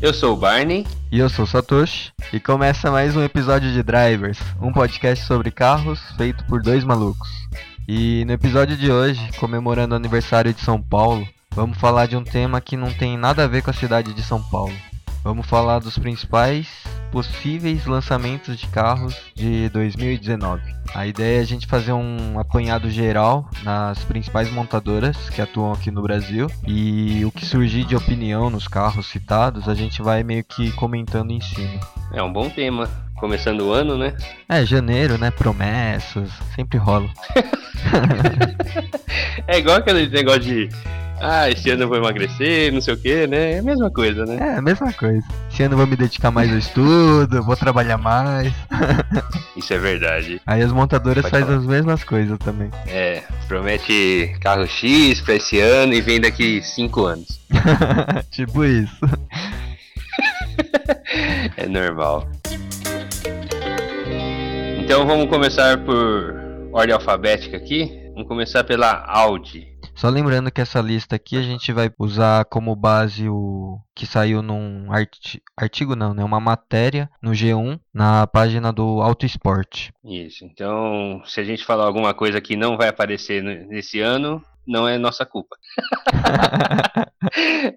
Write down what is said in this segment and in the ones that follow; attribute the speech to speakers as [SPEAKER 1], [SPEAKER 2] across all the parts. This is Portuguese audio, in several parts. [SPEAKER 1] Eu sou o Barney.
[SPEAKER 2] E eu sou o Satoshi. E começa mais um episódio de Drivers, um podcast sobre carros feito por dois malucos. E no episódio de hoje, comemorando o aniversário de São Paulo, vamos falar de um tema que não tem nada a ver com a cidade de São Paulo. Vamos falar dos principais possíveis lançamentos de carros de 2019. A ideia é a gente fazer um apanhado geral nas principais montadoras que atuam aqui no Brasil e o que surgir de opinião nos carros citados, a gente vai meio que comentando em cima.
[SPEAKER 1] É um bom tema. Começando o ano, né?
[SPEAKER 2] É, janeiro, né? Promessas, sempre rola.
[SPEAKER 1] É igual aquele negócio de. Ah, esse ano eu vou emagrecer, não sei o que, né? É a mesma coisa, né?
[SPEAKER 2] É, a mesma coisa. Esse ano eu vou me dedicar mais ao estudo, vou trabalhar mais.
[SPEAKER 1] Isso é verdade.
[SPEAKER 2] Aí as montadoras
[SPEAKER 1] Pode
[SPEAKER 2] fazem
[SPEAKER 1] falar.
[SPEAKER 2] as mesmas coisas também.
[SPEAKER 1] É, promete carro X pra esse ano e vem daqui cinco anos.
[SPEAKER 2] tipo isso.
[SPEAKER 1] É normal. Então vamos começar por ordem alfabética aqui. Vamos começar pela Audi.
[SPEAKER 2] Só lembrando que essa lista aqui a gente vai usar como base o que saiu num arti- artigo não, né? Uma matéria no G1 na página do Auto Esporte.
[SPEAKER 1] Isso. Então, se a gente falar alguma coisa que não vai aparecer no- nesse ano, não é nossa culpa.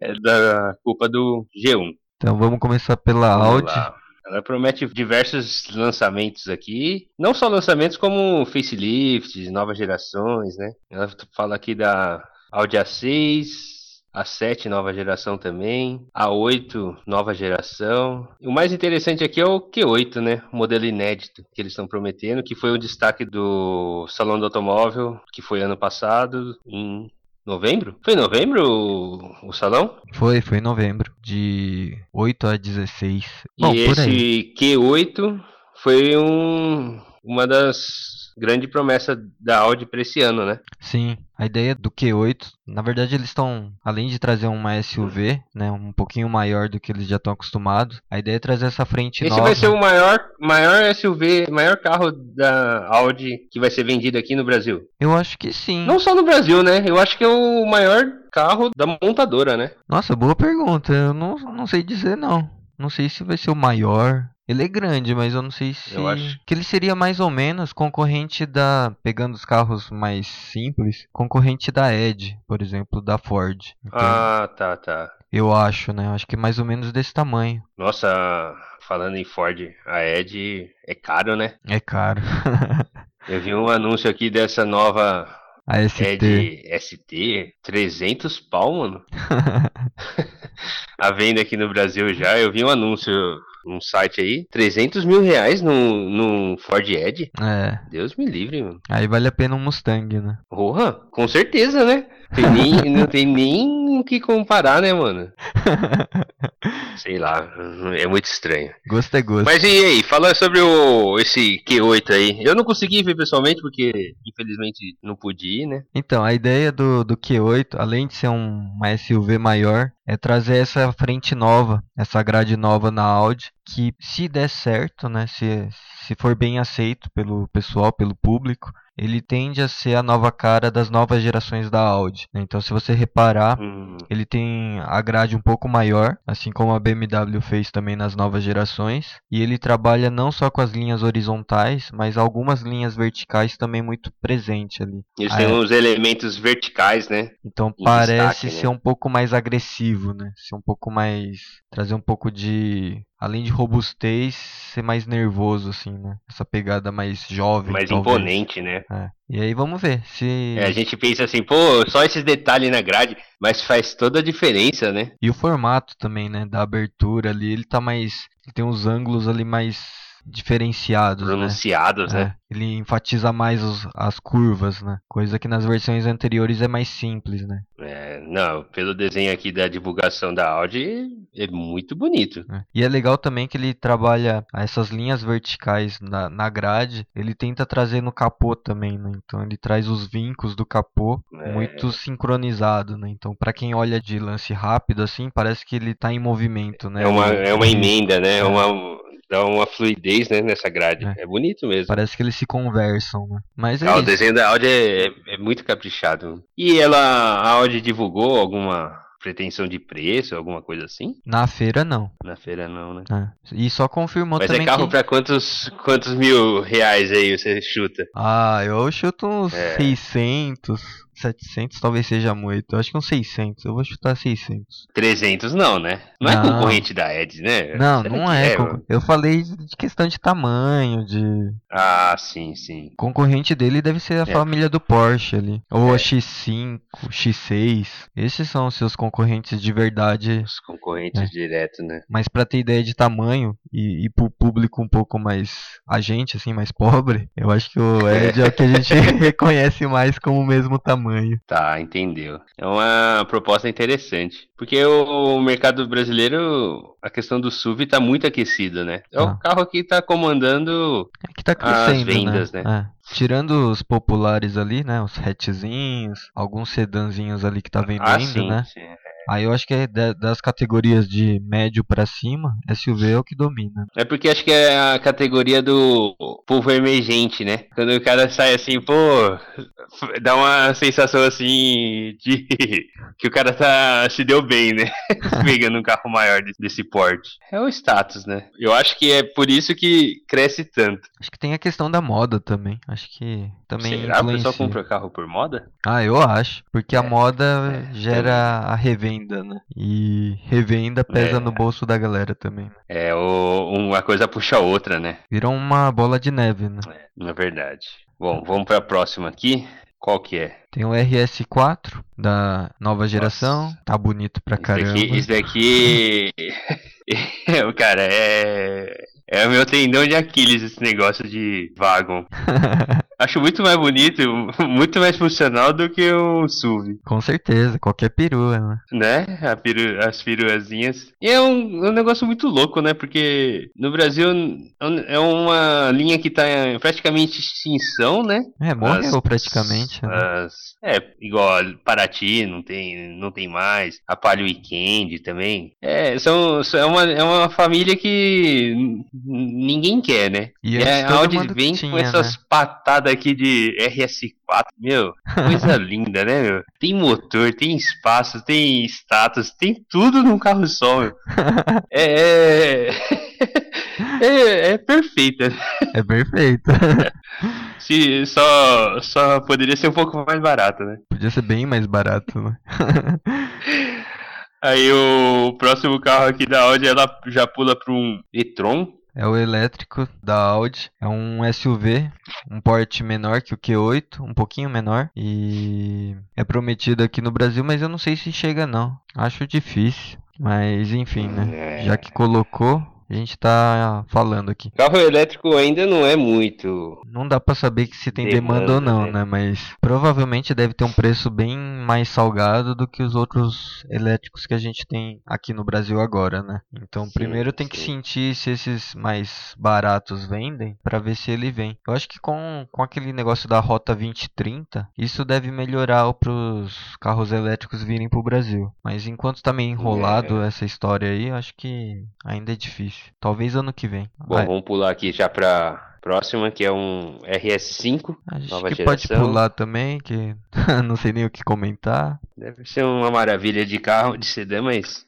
[SPEAKER 1] é da culpa do G1.
[SPEAKER 2] Então vamos começar pela
[SPEAKER 1] Vamos
[SPEAKER 2] Audi.
[SPEAKER 1] lá. Ela promete diversos lançamentos aqui, não só lançamentos como facelifts, novas gerações, né? Ela t- fala aqui da Audi A6, A7 nova geração também, A8 nova geração. E O mais interessante aqui é o Q8, né? O modelo inédito que eles estão prometendo, que foi o destaque do Salão do Automóvel, que foi ano passado, em novembro? Foi em novembro o, o salão?
[SPEAKER 2] Foi, foi em novembro, de 8 a 16. Bom,
[SPEAKER 1] e
[SPEAKER 2] por aí.
[SPEAKER 1] esse Q8 foi um, uma das grandes promessas da Audi para esse ano, né?
[SPEAKER 2] Sim, a ideia do Q8, na verdade eles estão, além de trazer uma SUV, né, um pouquinho maior do que eles já estão acostumados, a ideia é trazer essa frente
[SPEAKER 1] esse
[SPEAKER 2] nova.
[SPEAKER 1] vai ser o maior, maior SUV, maior carro da Audi que vai ser vendido aqui no Brasil.
[SPEAKER 2] Eu acho que sim.
[SPEAKER 1] Não só no Brasil, né? Eu acho que é o maior carro da montadora, né?
[SPEAKER 2] Nossa, boa pergunta. Eu não, não sei dizer, não. Não sei se vai ser o maior. Ele é grande, mas eu não sei se.
[SPEAKER 1] Eu acho.
[SPEAKER 2] Que ele seria mais ou menos concorrente da. Pegando os carros mais simples, concorrente da Edge, por exemplo, da Ford. Então,
[SPEAKER 1] Ah, tá, tá.
[SPEAKER 2] Eu acho, né? Eu acho que é mais ou menos desse tamanho.
[SPEAKER 1] Nossa, falando em Ford, a Ed é caro, né?
[SPEAKER 2] É caro.
[SPEAKER 1] Eu vi um anúncio aqui dessa nova
[SPEAKER 2] A
[SPEAKER 1] É
[SPEAKER 2] ST.
[SPEAKER 1] Ed ST, 300 pau, mano. a venda aqui no Brasil já. Eu vi um anúncio num site aí, 300 mil reais num, num Ford Edge.
[SPEAKER 2] é.
[SPEAKER 1] Deus me livre, mano.
[SPEAKER 2] Aí vale a pena um Mustang, né?
[SPEAKER 1] Porra, com certeza, né? Tem nem- não tem nem o que comparar, né, mano? Sei lá, é muito estranho.
[SPEAKER 2] gosto é gosto.
[SPEAKER 1] Mas e aí, fala sobre o, esse Q8 aí. Eu não consegui ver pessoalmente, porque infelizmente não pude ir, né?
[SPEAKER 2] Então, a ideia do, do Q8, além de ser um, uma SUV maior, é trazer essa frente nova, essa grade nova na Audi, que se der certo, né, se, se for bem aceito pelo pessoal, pelo público, ele tende a ser a nova cara das novas gerações da Audi. né? Então, se você reparar,
[SPEAKER 1] Hum,
[SPEAKER 2] ele tem a grade um pouco maior, assim como a BMW fez também nas novas gerações, e ele trabalha não só com as linhas horizontais, mas algumas linhas verticais também muito presente ali.
[SPEAKER 1] eles
[SPEAKER 2] Ah,
[SPEAKER 1] têm
[SPEAKER 2] é.
[SPEAKER 1] uns elementos verticais, né?
[SPEAKER 2] Então
[SPEAKER 1] em
[SPEAKER 2] parece
[SPEAKER 1] destaque, né?
[SPEAKER 2] ser um pouco mais agressivo, né? Ser um pouco mais. Trazer um pouco de. Além de robustez, ser mais nervoso, assim, né? Essa pegada mais jovem.
[SPEAKER 1] Mais
[SPEAKER 2] talvez.
[SPEAKER 1] imponente, né?
[SPEAKER 2] É. E aí vamos ver se.
[SPEAKER 1] É, a gente pensa assim, pô, só esses detalhes na grade, mas faz toda a diferença, né?
[SPEAKER 2] E o formato também, né? Da abertura ali, ele tá mais. Ele tem uns ângulos ali mais diferenciados, né?
[SPEAKER 1] Pronunciados, né?
[SPEAKER 2] É, ele enfatiza mais os- as curvas, né? Coisa que nas versões anteriores é mais simples, né?
[SPEAKER 1] É, não, pelo desenho aqui da divulgação da Audi, é muito bonito.
[SPEAKER 2] né? E é legal também que ele trabalha essas linhas verticais na, na grade, ele tenta trazer no capô também, né? Então ele traz os vincos do capô
[SPEAKER 1] É.
[SPEAKER 2] Uhum. muito sincronizado, né? Então pra quem olha de lance rápido assim, parece que ele tá em movimento, né?
[SPEAKER 1] É uma,
[SPEAKER 2] Ele-
[SPEAKER 1] é uma
[SPEAKER 2] ele-
[SPEAKER 1] emenda, né?
[SPEAKER 2] É.
[SPEAKER 1] É uma, dá uma fluidez né, nessa grade.
[SPEAKER 2] É.
[SPEAKER 1] É, bonito mesmo.
[SPEAKER 2] Parece que eles se conversam, né? Mas é
[SPEAKER 1] Ah, o
[SPEAKER 2] isso.
[SPEAKER 1] é desenho da Audi é, é muito caprichado. E ela, a Audi divulgou alguma pretensão de preço, alguma coisa assim?
[SPEAKER 2] Na feira não.
[SPEAKER 1] Na feira não, né?
[SPEAKER 2] né? E só confirmou
[SPEAKER 1] Mas
[SPEAKER 2] também
[SPEAKER 1] é carro
[SPEAKER 2] que...
[SPEAKER 1] pra quantos, quantos mil reais aí você chuta?
[SPEAKER 2] Ah, eu chuto uns
[SPEAKER 1] É.
[SPEAKER 2] 600, 700 talvez seja muito. Eu acho que uns 600, eu vou chutar 600.
[SPEAKER 1] 300 não, né? Não, é
[SPEAKER 2] Não.
[SPEAKER 1] concorrente da Eds, né?
[SPEAKER 2] Não,
[SPEAKER 1] Será
[SPEAKER 2] não
[SPEAKER 1] que
[SPEAKER 2] é.
[SPEAKER 1] mano?
[SPEAKER 2] concor- Eu falei de questão de tamanho, de...
[SPEAKER 1] Ah, sim, sim.
[SPEAKER 2] Concorrente dele deve ser a
[SPEAKER 1] É.
[SPEAKER 2] família do Porsche ali. Ou
[SPEAKER 1] É.
[SPEAKER 2] a X5, X6. Esses são os seus concorrentes de verdade.
[SPEAKER 1] Os concorrentes
[SPEAKER 2] É.
[SPEAKER 1] direto, né?
[SPEAKER 2] Mas pra ter ideia de tamanho e, e pro público um pouco mais. a gente, assim, mais pobre, eu acho que o Ed é o que a gente reconhece mais como o mesmo tamanho.
[SPEAKER 1] Tá, entendeu. É uma proposta interessante. Porque o, o mercado brasileiro, a questão do SUV tá muito aquecido, né? É
[SPEAKER 2] Tá.
[SPEAKER 1] o carro que tá comandando.
[SPEAKER 2] É que tá
[SPEAKER 1] As
[SPEAKER 2] crescendo.
[SPEAKER 1] vendas,
[SPEAKER 2] né?
[SPEAKER 1] né?
[SPEAKER 2] É. Tirando os populares ali, né? Os hatchzinhos, alguns sedanzinhos ali que tá vendendo,
[SPEAKER 1] ah, sim,
[SPEAKER 2] né?
[SPEAKER 1] sim.
[SPEAKER 2] Aí eu acho que é da- das categorias de médio pra cima, SUV é o que domina.
[SPEAKER 1] É porque acho que é a categoria do povo emergente, né? Quando o cara sai assim, pô, dá uma sensação assim de que o cara tá se deu bem, né? Pegando um carro maior desse, desse porte. É o status, né? Eu acho que é por isso que cresce tanto.
[SPEAKER 2] Acho que tem a questão da moda também. Acho que também
[SPEAKER 1] Será que o
[SPEAKER 2] influencia.
[SPEAKER 1] pessoal compra carro por moda?
[SPEAKER 2] Ah, eu acho. Porque a
[SPEAKER 1] É,
[SPEAKER 2] moda
[SPEAKER 1] é,
[SPEAKER 2] gera a revenda, né? E revenda pesa
[SPEAKER 1] É.
[SPEAKER 2] no bolso da galera também. né?
[SPEAKER 1] É, o- uma coisa puxa a outra, né?
[SPEAKER 2] Virou uma bola de neve, né?
[SPEAKER 1] Na verdade. Bom, vamos pra próxima aqui. Qual que é?
[SPEAKER 2] Tem o RS4 da nova geração. Tá bonito pra
[SPEAKER 1] Isso daqui-
[SPEAKER 2] caramba.
[SPEAKER 1] Isso daqui. Eu, cara, é. É o meu tendão de Aquiles esse negócio de Wagon. Acho muito mais bonito, muito mais funcional do que um SUV,
[SPEAKER 2] Com certeza, qualquer perua, né?
[SPEAKER 1] né? A peru- as peruazinhas. E é um, é um negócio muito louco, né? Porque no Brasil é um- é uma linha que tá em praticamente extinção, né?
[SPEAKER 2] É, morreu
[SPEAKER 1] As-
[SPEAKER 2] praticamente. né?
[SPEAKER 1] as- é, igual a Paraty, não tem, não tem mais. A Palio Weekend também. É, são, são- é, uma, é uma família que n- ninguém quer, né?
[SPEAKER 2] E
[SPEAKER 1] E
[SPEAKER 2] antes
[SPEAKER 1] a
[SPEAKER 2] todo
[SPEAKER 1] Audi
[SPEAKER 2] mundo
[SPEAKER 1] vem
[SPEAKER 2] tinha,
[SPEAKER 1] com essas
[SPEAKER 2] né?
[SPEAKER 1] patadas aqui de RS4. Meu, coisa linda, né, meu? Tem motor, tem espaço, tem status, tem tudo num carro só, meu. É. É, é, é perfeita.
[SPEAKER 2] É perfeito.
[SPEAKER 1] Se, só, só poderia ser um pouco mais barata, né?
[SPEAKER 2] Podia ser bem mais barato, né?
[SPEAKER 1] Aí o próximo carro aqui da Audi, ela já pula para um e-tron.
[SPEAKER 2] É o elétrico da Audi. É um SUV, um porte menor que o Q8, um pouquinho menor. E é prometido aqui no Brasil, mas eu não sei se chega não. Acho difícil. Mas enfim, né?
[SPEAKER 1] É.
[SPEAKER 2] Já que colocou, a gente tá falando aqui.
[SPEAKER 1] Carro elétrico ainda não é muito.
[SPEAKER 2] Não dá pra saber que se tem demanda,
[SPEAKER 1] Demanda,
[SPEAKER 2] ou não,
[SPEAKER 1] né?
[SPEAKER 2] né? Mas provavelmente deve ter um preço bem mais salgado do que os outros elétricos que a gente tem aqui no Brasil agora, né? Então,
[SPEAKER 1] Sim,
[SPEAKER 2] primeiro tem que
[SPEAKER 1] sim.
[SPEAKER 2] sentir se esses mais baratos vendem pra ver se ele vem. Eu acho que com, com aquele negócio da Rota 2030, isso deve melhorar pros carros elétricos virem pro Brasil. Mas enquanto tá meio enrolado
[SPEAKER 1] É.
[SPEAKER 2] essa história aí, eu acho que ainda é difícil. Talvez ano que vem.
[SPEAKER 1] Bom,
[SPEAKER 2] Vai.
[SPEAKER 1] vamos pular aqui já para próxima, que é um RS5.
[SPEAKER 2] Acho
[SPEAKER 1] Nova
[SPEAKER 2] que pode
[SPEAKER 1] geração.
[SPEAKER 2] pular também, que não sei nem o que comentar.
[SPEAKER 1] Deve ser uma maravilha de carro, de sedã, mas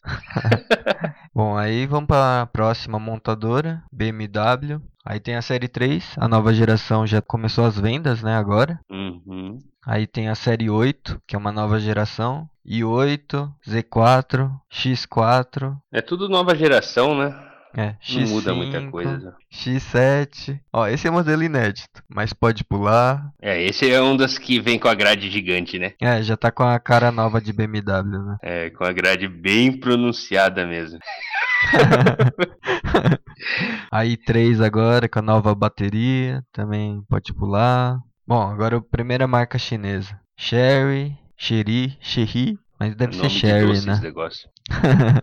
[SPEAKER 2] Bom, aí vamos para a próxima montadora, BMW. Aí tem a série 3, a nova geração já começou as vendas, né, agora.
[SPEAKER 1] Uhum.
[SPEAKER 2] Aí tem a série 8, que é uma nova geração, i8, Z4, X4,
[SPEAKER 1] é tudo nova geração, né?
[SPEAKER 2] é,
[SPEAKER 1] Não
[SPEAKER 2] X5,
[SPEAKER 1] muda muita coisa.
[SPEAKER 2] X7. Ó, esse é modelo inédito, mas pode pular.
[SPEAKER 1] É, esse é um das que vem com a grade gigante, né?
[SPEAKER 2] É, já tá com a cara nova de BMW, né?
[SPEAKER 1] É, com a grade bem pronunciada mesmo.
[SPEAKER 2] Aí 3 agora com a nova bateria, também pode pular. Bom, agora a primeira marca chinesa. Sherry, Sherry, Sherry, mas deve ser
[SPEAKER 1] É Nome de
[SPEAKER 2] Sherry,
[SPEAKER 1] doce esse
[SPEAKER 2] né?
[SPEAKER 1] negócio.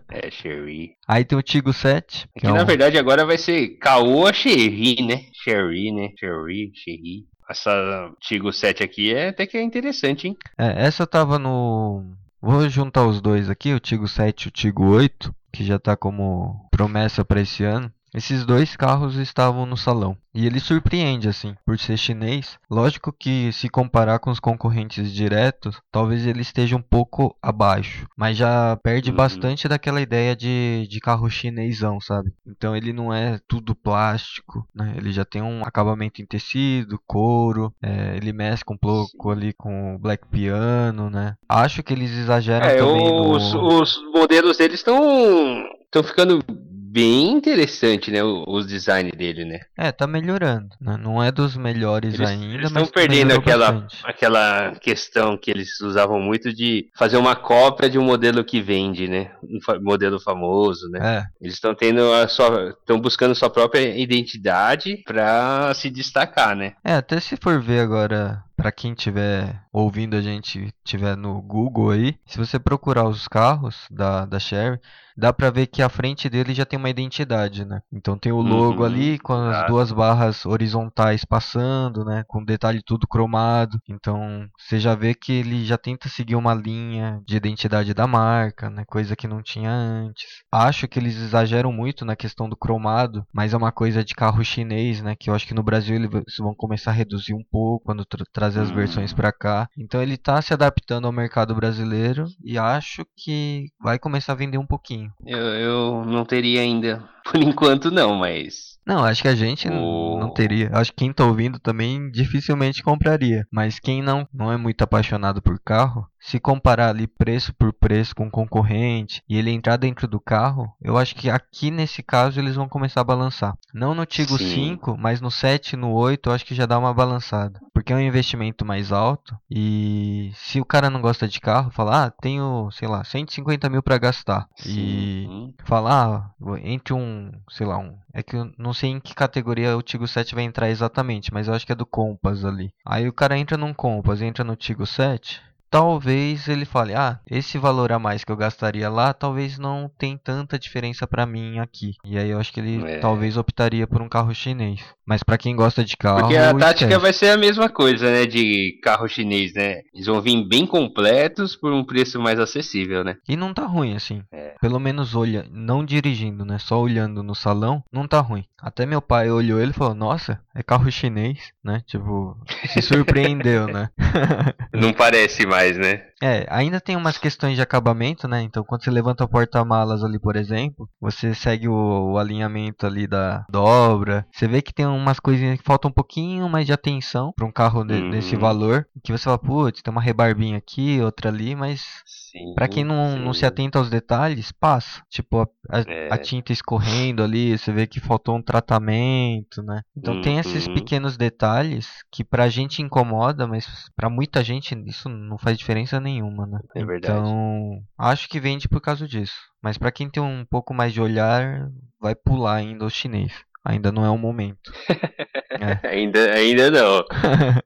[SPEAKER 1] É, Sherry.
[SPEAKER 2] Aí tem o Tigo 7,
[SPEAKER 1] É
[SPEAKER 2] que
[SPEAKER 1] que
[SPEAKER 2] é
[SPEAKER 1] na
[SPEAKER 2] um...
[SPEAKER 1] verdade agora vai ser Caoa Sherry, né? Sherry, né? Sherry, Sherry. Essa Tigo 7 aqui é até que é interessante, hein?
[SPEAKER 2] É, essa tava no... Vou juntar os dois aqui, o Tigo 7 e o Tigo 8, que já tá como promessa pra esse ano. Esses dois carros estavam no salão e ele surpreende assim, por ser chinês. Lógico que se comparar com os concorrentes diretos, talvez ele esteja um pouco abaixo, mas já perde
[SPEAKER 1] Uhum.
[SPEAKER 2] bastante daquela ideia de, de carro chinesão, sabe? Então ele não é tudo plástico, né? Ele já tem um acabamento em tecido, couro, é, ele mescla um pouco ali com o black piano, né? Acho que eles exageram
[SPEAKER 1] É,
[SPEAKER 2] também no...
[SPEAKER 1] os, os modelos deles estão estão ficando bem interessante, né? o- Os design dele, né?
[SPEAKER 2] É, tá melhorando. né? Não é dos melhores
[SPEAKER 1] Eles-
[SPEAKER 2] ainda,
[SPEAKER 1] eles
[SPEAKER 2] mas
[SPEAKER 1] tão perdendo
[SPEAKER 2] melhorou
[SPEAKER 1] aquela-
[SPEAKER 2] bastante.
[SPEAKER 1] Aquela questão que eles usavam muito de fazer uma cópia de um modelo que vende, né? Um fa- modelo famoso, né?
[SPEAKER 2] É,
[SPEAKER 1] Eles estão tendo a sua, estão buscando sua própria identidade pra se destacar, né?
[SPEAKER 2] é, até se for ver agora, pra quem tiver ouvindo a gente, tiver no Google aí, se você procurar os carros da, da Sherry, dá pra ver que a frente dele já tem uma identidade, né? Então tem o logo
[SPEAKER 1] Uhum,
[SPEAKER 2] ali com as
[SPEAKER 1] exato.
[SPEAKER 2] duas barras horizontais passando, né? Com detalhe tudo cromado. Então você já vê que ele já tenta seguir uma linha de identidade da marca, né? Coisa que não tinha antes. Acho que eles exageram muito na questão do cromado, mas é uma coisa de carro chinês, né? Que eu acho que no Brasil eles vão- vão começar a reduzir um pouco quando tra- trazer as
[SPEAKER 1] Hum.
[SPEAKER 2] versões pra cá. Então ele tá se adaptando ao mercado brasileiro e acho que vai começar a vender um pouquinho.
[SPEAKER 1] Eu, eu não teria ainda, por enquanto não, mas
[SPEAKER 2] Não, acho que a gente n- não
[SPEAKER 1] O-
[SPEAKER 2] teria. Acho que quem tá ouvindo também dificilmente compraria. Mas quem não, não é muito apaixonado por carro, se comparar ali preço por preço com o concorrente e ele entrar dentro do carro, eu acho que aqui nesse caso eles vão começar a balançar. Não no Tigo
[SPEAKER 1] Sim.
[SPEAKER 2] 5, mas no 7 no 8 eu acho que já dá uma balançada. Porque é um investimento mais alto e se o cara não gosta de carro, falar, ah, tenho, sei lá, 150 mil pra gastar. E
[SPEAKER 1] sim,
[SPEAKER 2] falar ah, entre um, sei lá, um. É que eu não sei em que categoria o Tigo 7 vai entrar exatamente, mas eu acho que é do Compass ali. Aí o cara entra num Compass, entra no Tigo 7. Talvez ele fale, ah, esse valor a mais que eu gastaria lá, talvez não tem tanta diferença pra mim aqui. E aí eu acho que ele
[SPEAKER 1] É.
[SPEAKER 2] talvez optaria por um carro chinês. Mas pra quem gosta de carro,
[SPEAKER 1] porque a tática
[SPEAKER 2] esquece.
[SPEAKER 1] vai ser a mesma coisa, né? De carro chinês, né? Eles vão vir bem completos por um preço mais acessível, né?
[SPEAKER 2] E não tá ruim assim.
[SPEAKER 1] É.
[SPEAKER 2] Pelo menos olha, não dirigindo, né? Só olhando no salão, não tá ruim. Até meu pai olhou ele e falou: "Nossa, é carro chinês", né? Tipo, se surpreendeu, né?
[SPEAKER 1] Não parece mais, né?
[SPEAKER 2] É, ainda tem umas questões de acabamento, né? Então, quando você levanta o porta-malas ali, por exemplo, você segue o, o alinhamento ali da dobra. Você vê que tem umas coisinhas que faltam um pouquinho mais de atenção pra um carro de-
[SPEAKER 1] Uhum.
[SPEAKER 2] desse valor. Que você fala, putz, tem uma rebarbinha aqui, outra ali, mas
[SPEAKER 1] Sim.
[SPEAKER 2] Pra quem não, não se
[SPEAKER 1] sim.
[SPEAKER 2] atenta aos detalhes, passa. Tipo, a, a-
[SPEAKER 1] É.
[SPEAKER 2] a tinta escorrendo ali, você vê que faltou um tratamento, né? Então tem esses
[SPEAKER 1] Uhum.
[SPEAKER 2] pequenos detalhes que pra gente incomoda, mas pra muita gente isso não faz diferença nenhuma, né?
[SPEAKER 1] É verdade.
[SPEAKER 2] então, acho que vende por causa disso. Mas pra quem tem um pouco mais de olhar, vai pular ainda o chinês. Ainda não é o momento.
[SPEAKER 1] Ainda, ainda não.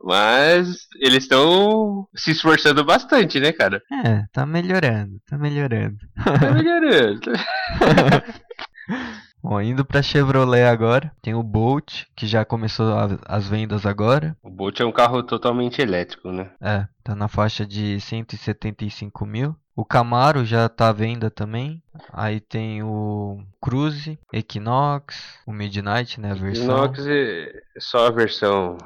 [SPEAKER 1] Mas eles estão se esforçando bastante, né, cara?
[SPEAKER 2] É, tá melhorando, tá melhorando.
[SPEAKER 1] Tá melhorando.
[SPEAKER 2] Bom, indo pra Chevrolet agora, tem o Bolt, que já começou a- as vendas agora.
[SPEAKER 1] O Bolt é um carro totalmente elétrico, né?
[SPEAKER 2] É, tá na faixa de 175 mil. O Camaro já tá à venda também. Aí tem o Cruze, Equinox, o Midnight, né, a versão.
[SPEAKER 1] Inox é só a versão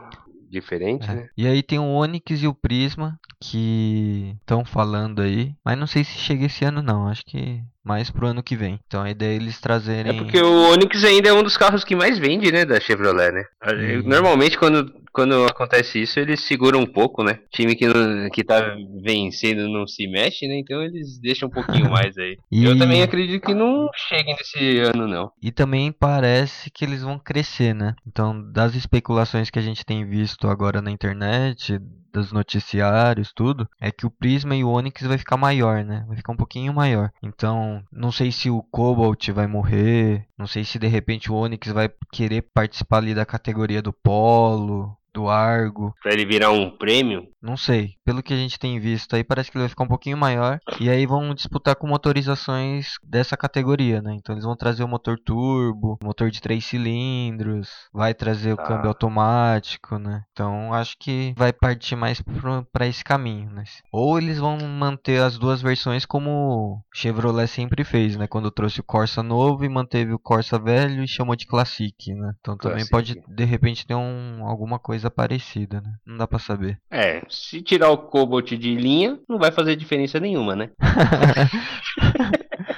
[SPEAKER 1] diferente,
[SPEAKER 2] É.
[SPEAKER 1] né?
[SPEAKER 2] E aí tem o Onix e o Prisma que estão falando aí, mas não sei se chega esse ano não, acho que mais pro ano que vem. Então a ideia é eles
[SPEAKER 1] É
[SPEAKER 2] trazerem
[SPEAKER 1] porque o Onix ainda é um dos carros que mais vende, né, da Chevrolet, né?
[SPEAKER 2] Uhum.
[SPEAKER 1] Normalmente quando, quando acontece isso, eles seguram um pouco, né? Time que, não, que tá vencendo não se mexe, né? Então eles deixam um pouquinho mais aí.
[SPEAKER 2] E-
[SPEAKER 1] Eu também acredito que não cheguem nesse ano, não.
[SPEAKER 2] E também parece que eles vão crescer, né? Então, das especulações que a gente tem visto agora na internet, dos noticiários, tudo, é que o Prisma e o Onix vai ficar maior, né? Vai ficar um pouquinho maior. Então, não sei se o Cobalt vai morrer, não sei se de repente o Onix vai querer participar ali da categoria do Polo. do Argo,
[SPEAKER 1] Pra ele virar um prêmio,
[SPEAKER 2] não sei. Pelo que a gente tem visto aí, parece que ele vai ficar um pouquinho maior. E aí vão disputar com motorizações dessa categoria, né? Então eles vão trazer o motor turbo, motor de três cilindros, vai trazer o
[SPEAKER 1] Tá.
[SPEAKER 2] câmbio automático, né? Então acho que vai partir mais pro- pra esse caminho, né? Ou eles vão manter as duas versões como o Chevrolet sempre fez, né? Quando trouxe o Corsa novo e manteve o Corsa velho e chamou de Classic, né? Então também pode,
[SPEAKER 1] Classic.
[SPEAKER 2] de repente, ter um, alguma coisa parecida, né? Não dá pra saber.
[SPEAKER 1] É, se tirar o Cobalt de linha, não vai fazer diferença nenhuma, né?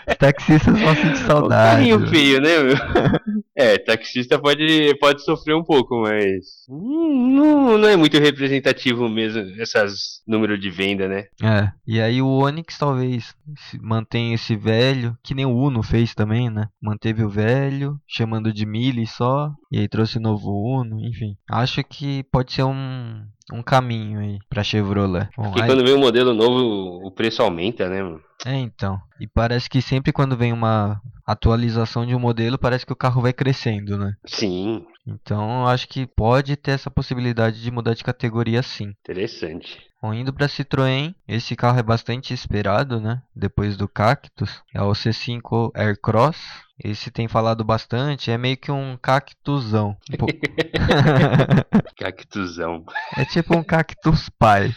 [SPEAKER 2] Os taxistas vão sentir saudade.
[SPEAKER 1] Carinho feio, né, meu? É, taxista pode, pode sofrer um pouco, mas. hum, Não, não é muito representativo mesmo esses números de venda, né?
[SPEAKER 2] É. E aí o Onix talvez se- mantenha esse velho, que nem o Uno fez também, né? Manteve o velho, chamando de Mille só, e aí trouxe o novo Uno, enfim. Acho que pode ser um, um caminho aí pra Chevrolet. Bom,
[SPEAKER 1] Porque
[SPEAKER 2] aí-
[SPEAKER 1] quando vem um modelo novo, o preço aumenta, né, mano?
[SPEAKER 2] É, então. E parece que sempre quando vem uma atualização de um modelo, parece que o carro vai crescendo, né?
[SPEAKER 1] Sim,
[SPEAKER 2] Então eu acho que pode ter essa possibilidade de mudar de categoria sim.
[SPEAKER 1] interessante.
[SPEAKER 2] Bom, indo para Citroën, esse carro é bastante esperado, né? Depois do Cactus, é o C5 Aircross. Esse tem falado bastante, é meio que um cactusão. Um po-
[SPEAKER 1] Cactusão.
[SPEAKER 2] é tipo um cactus pai.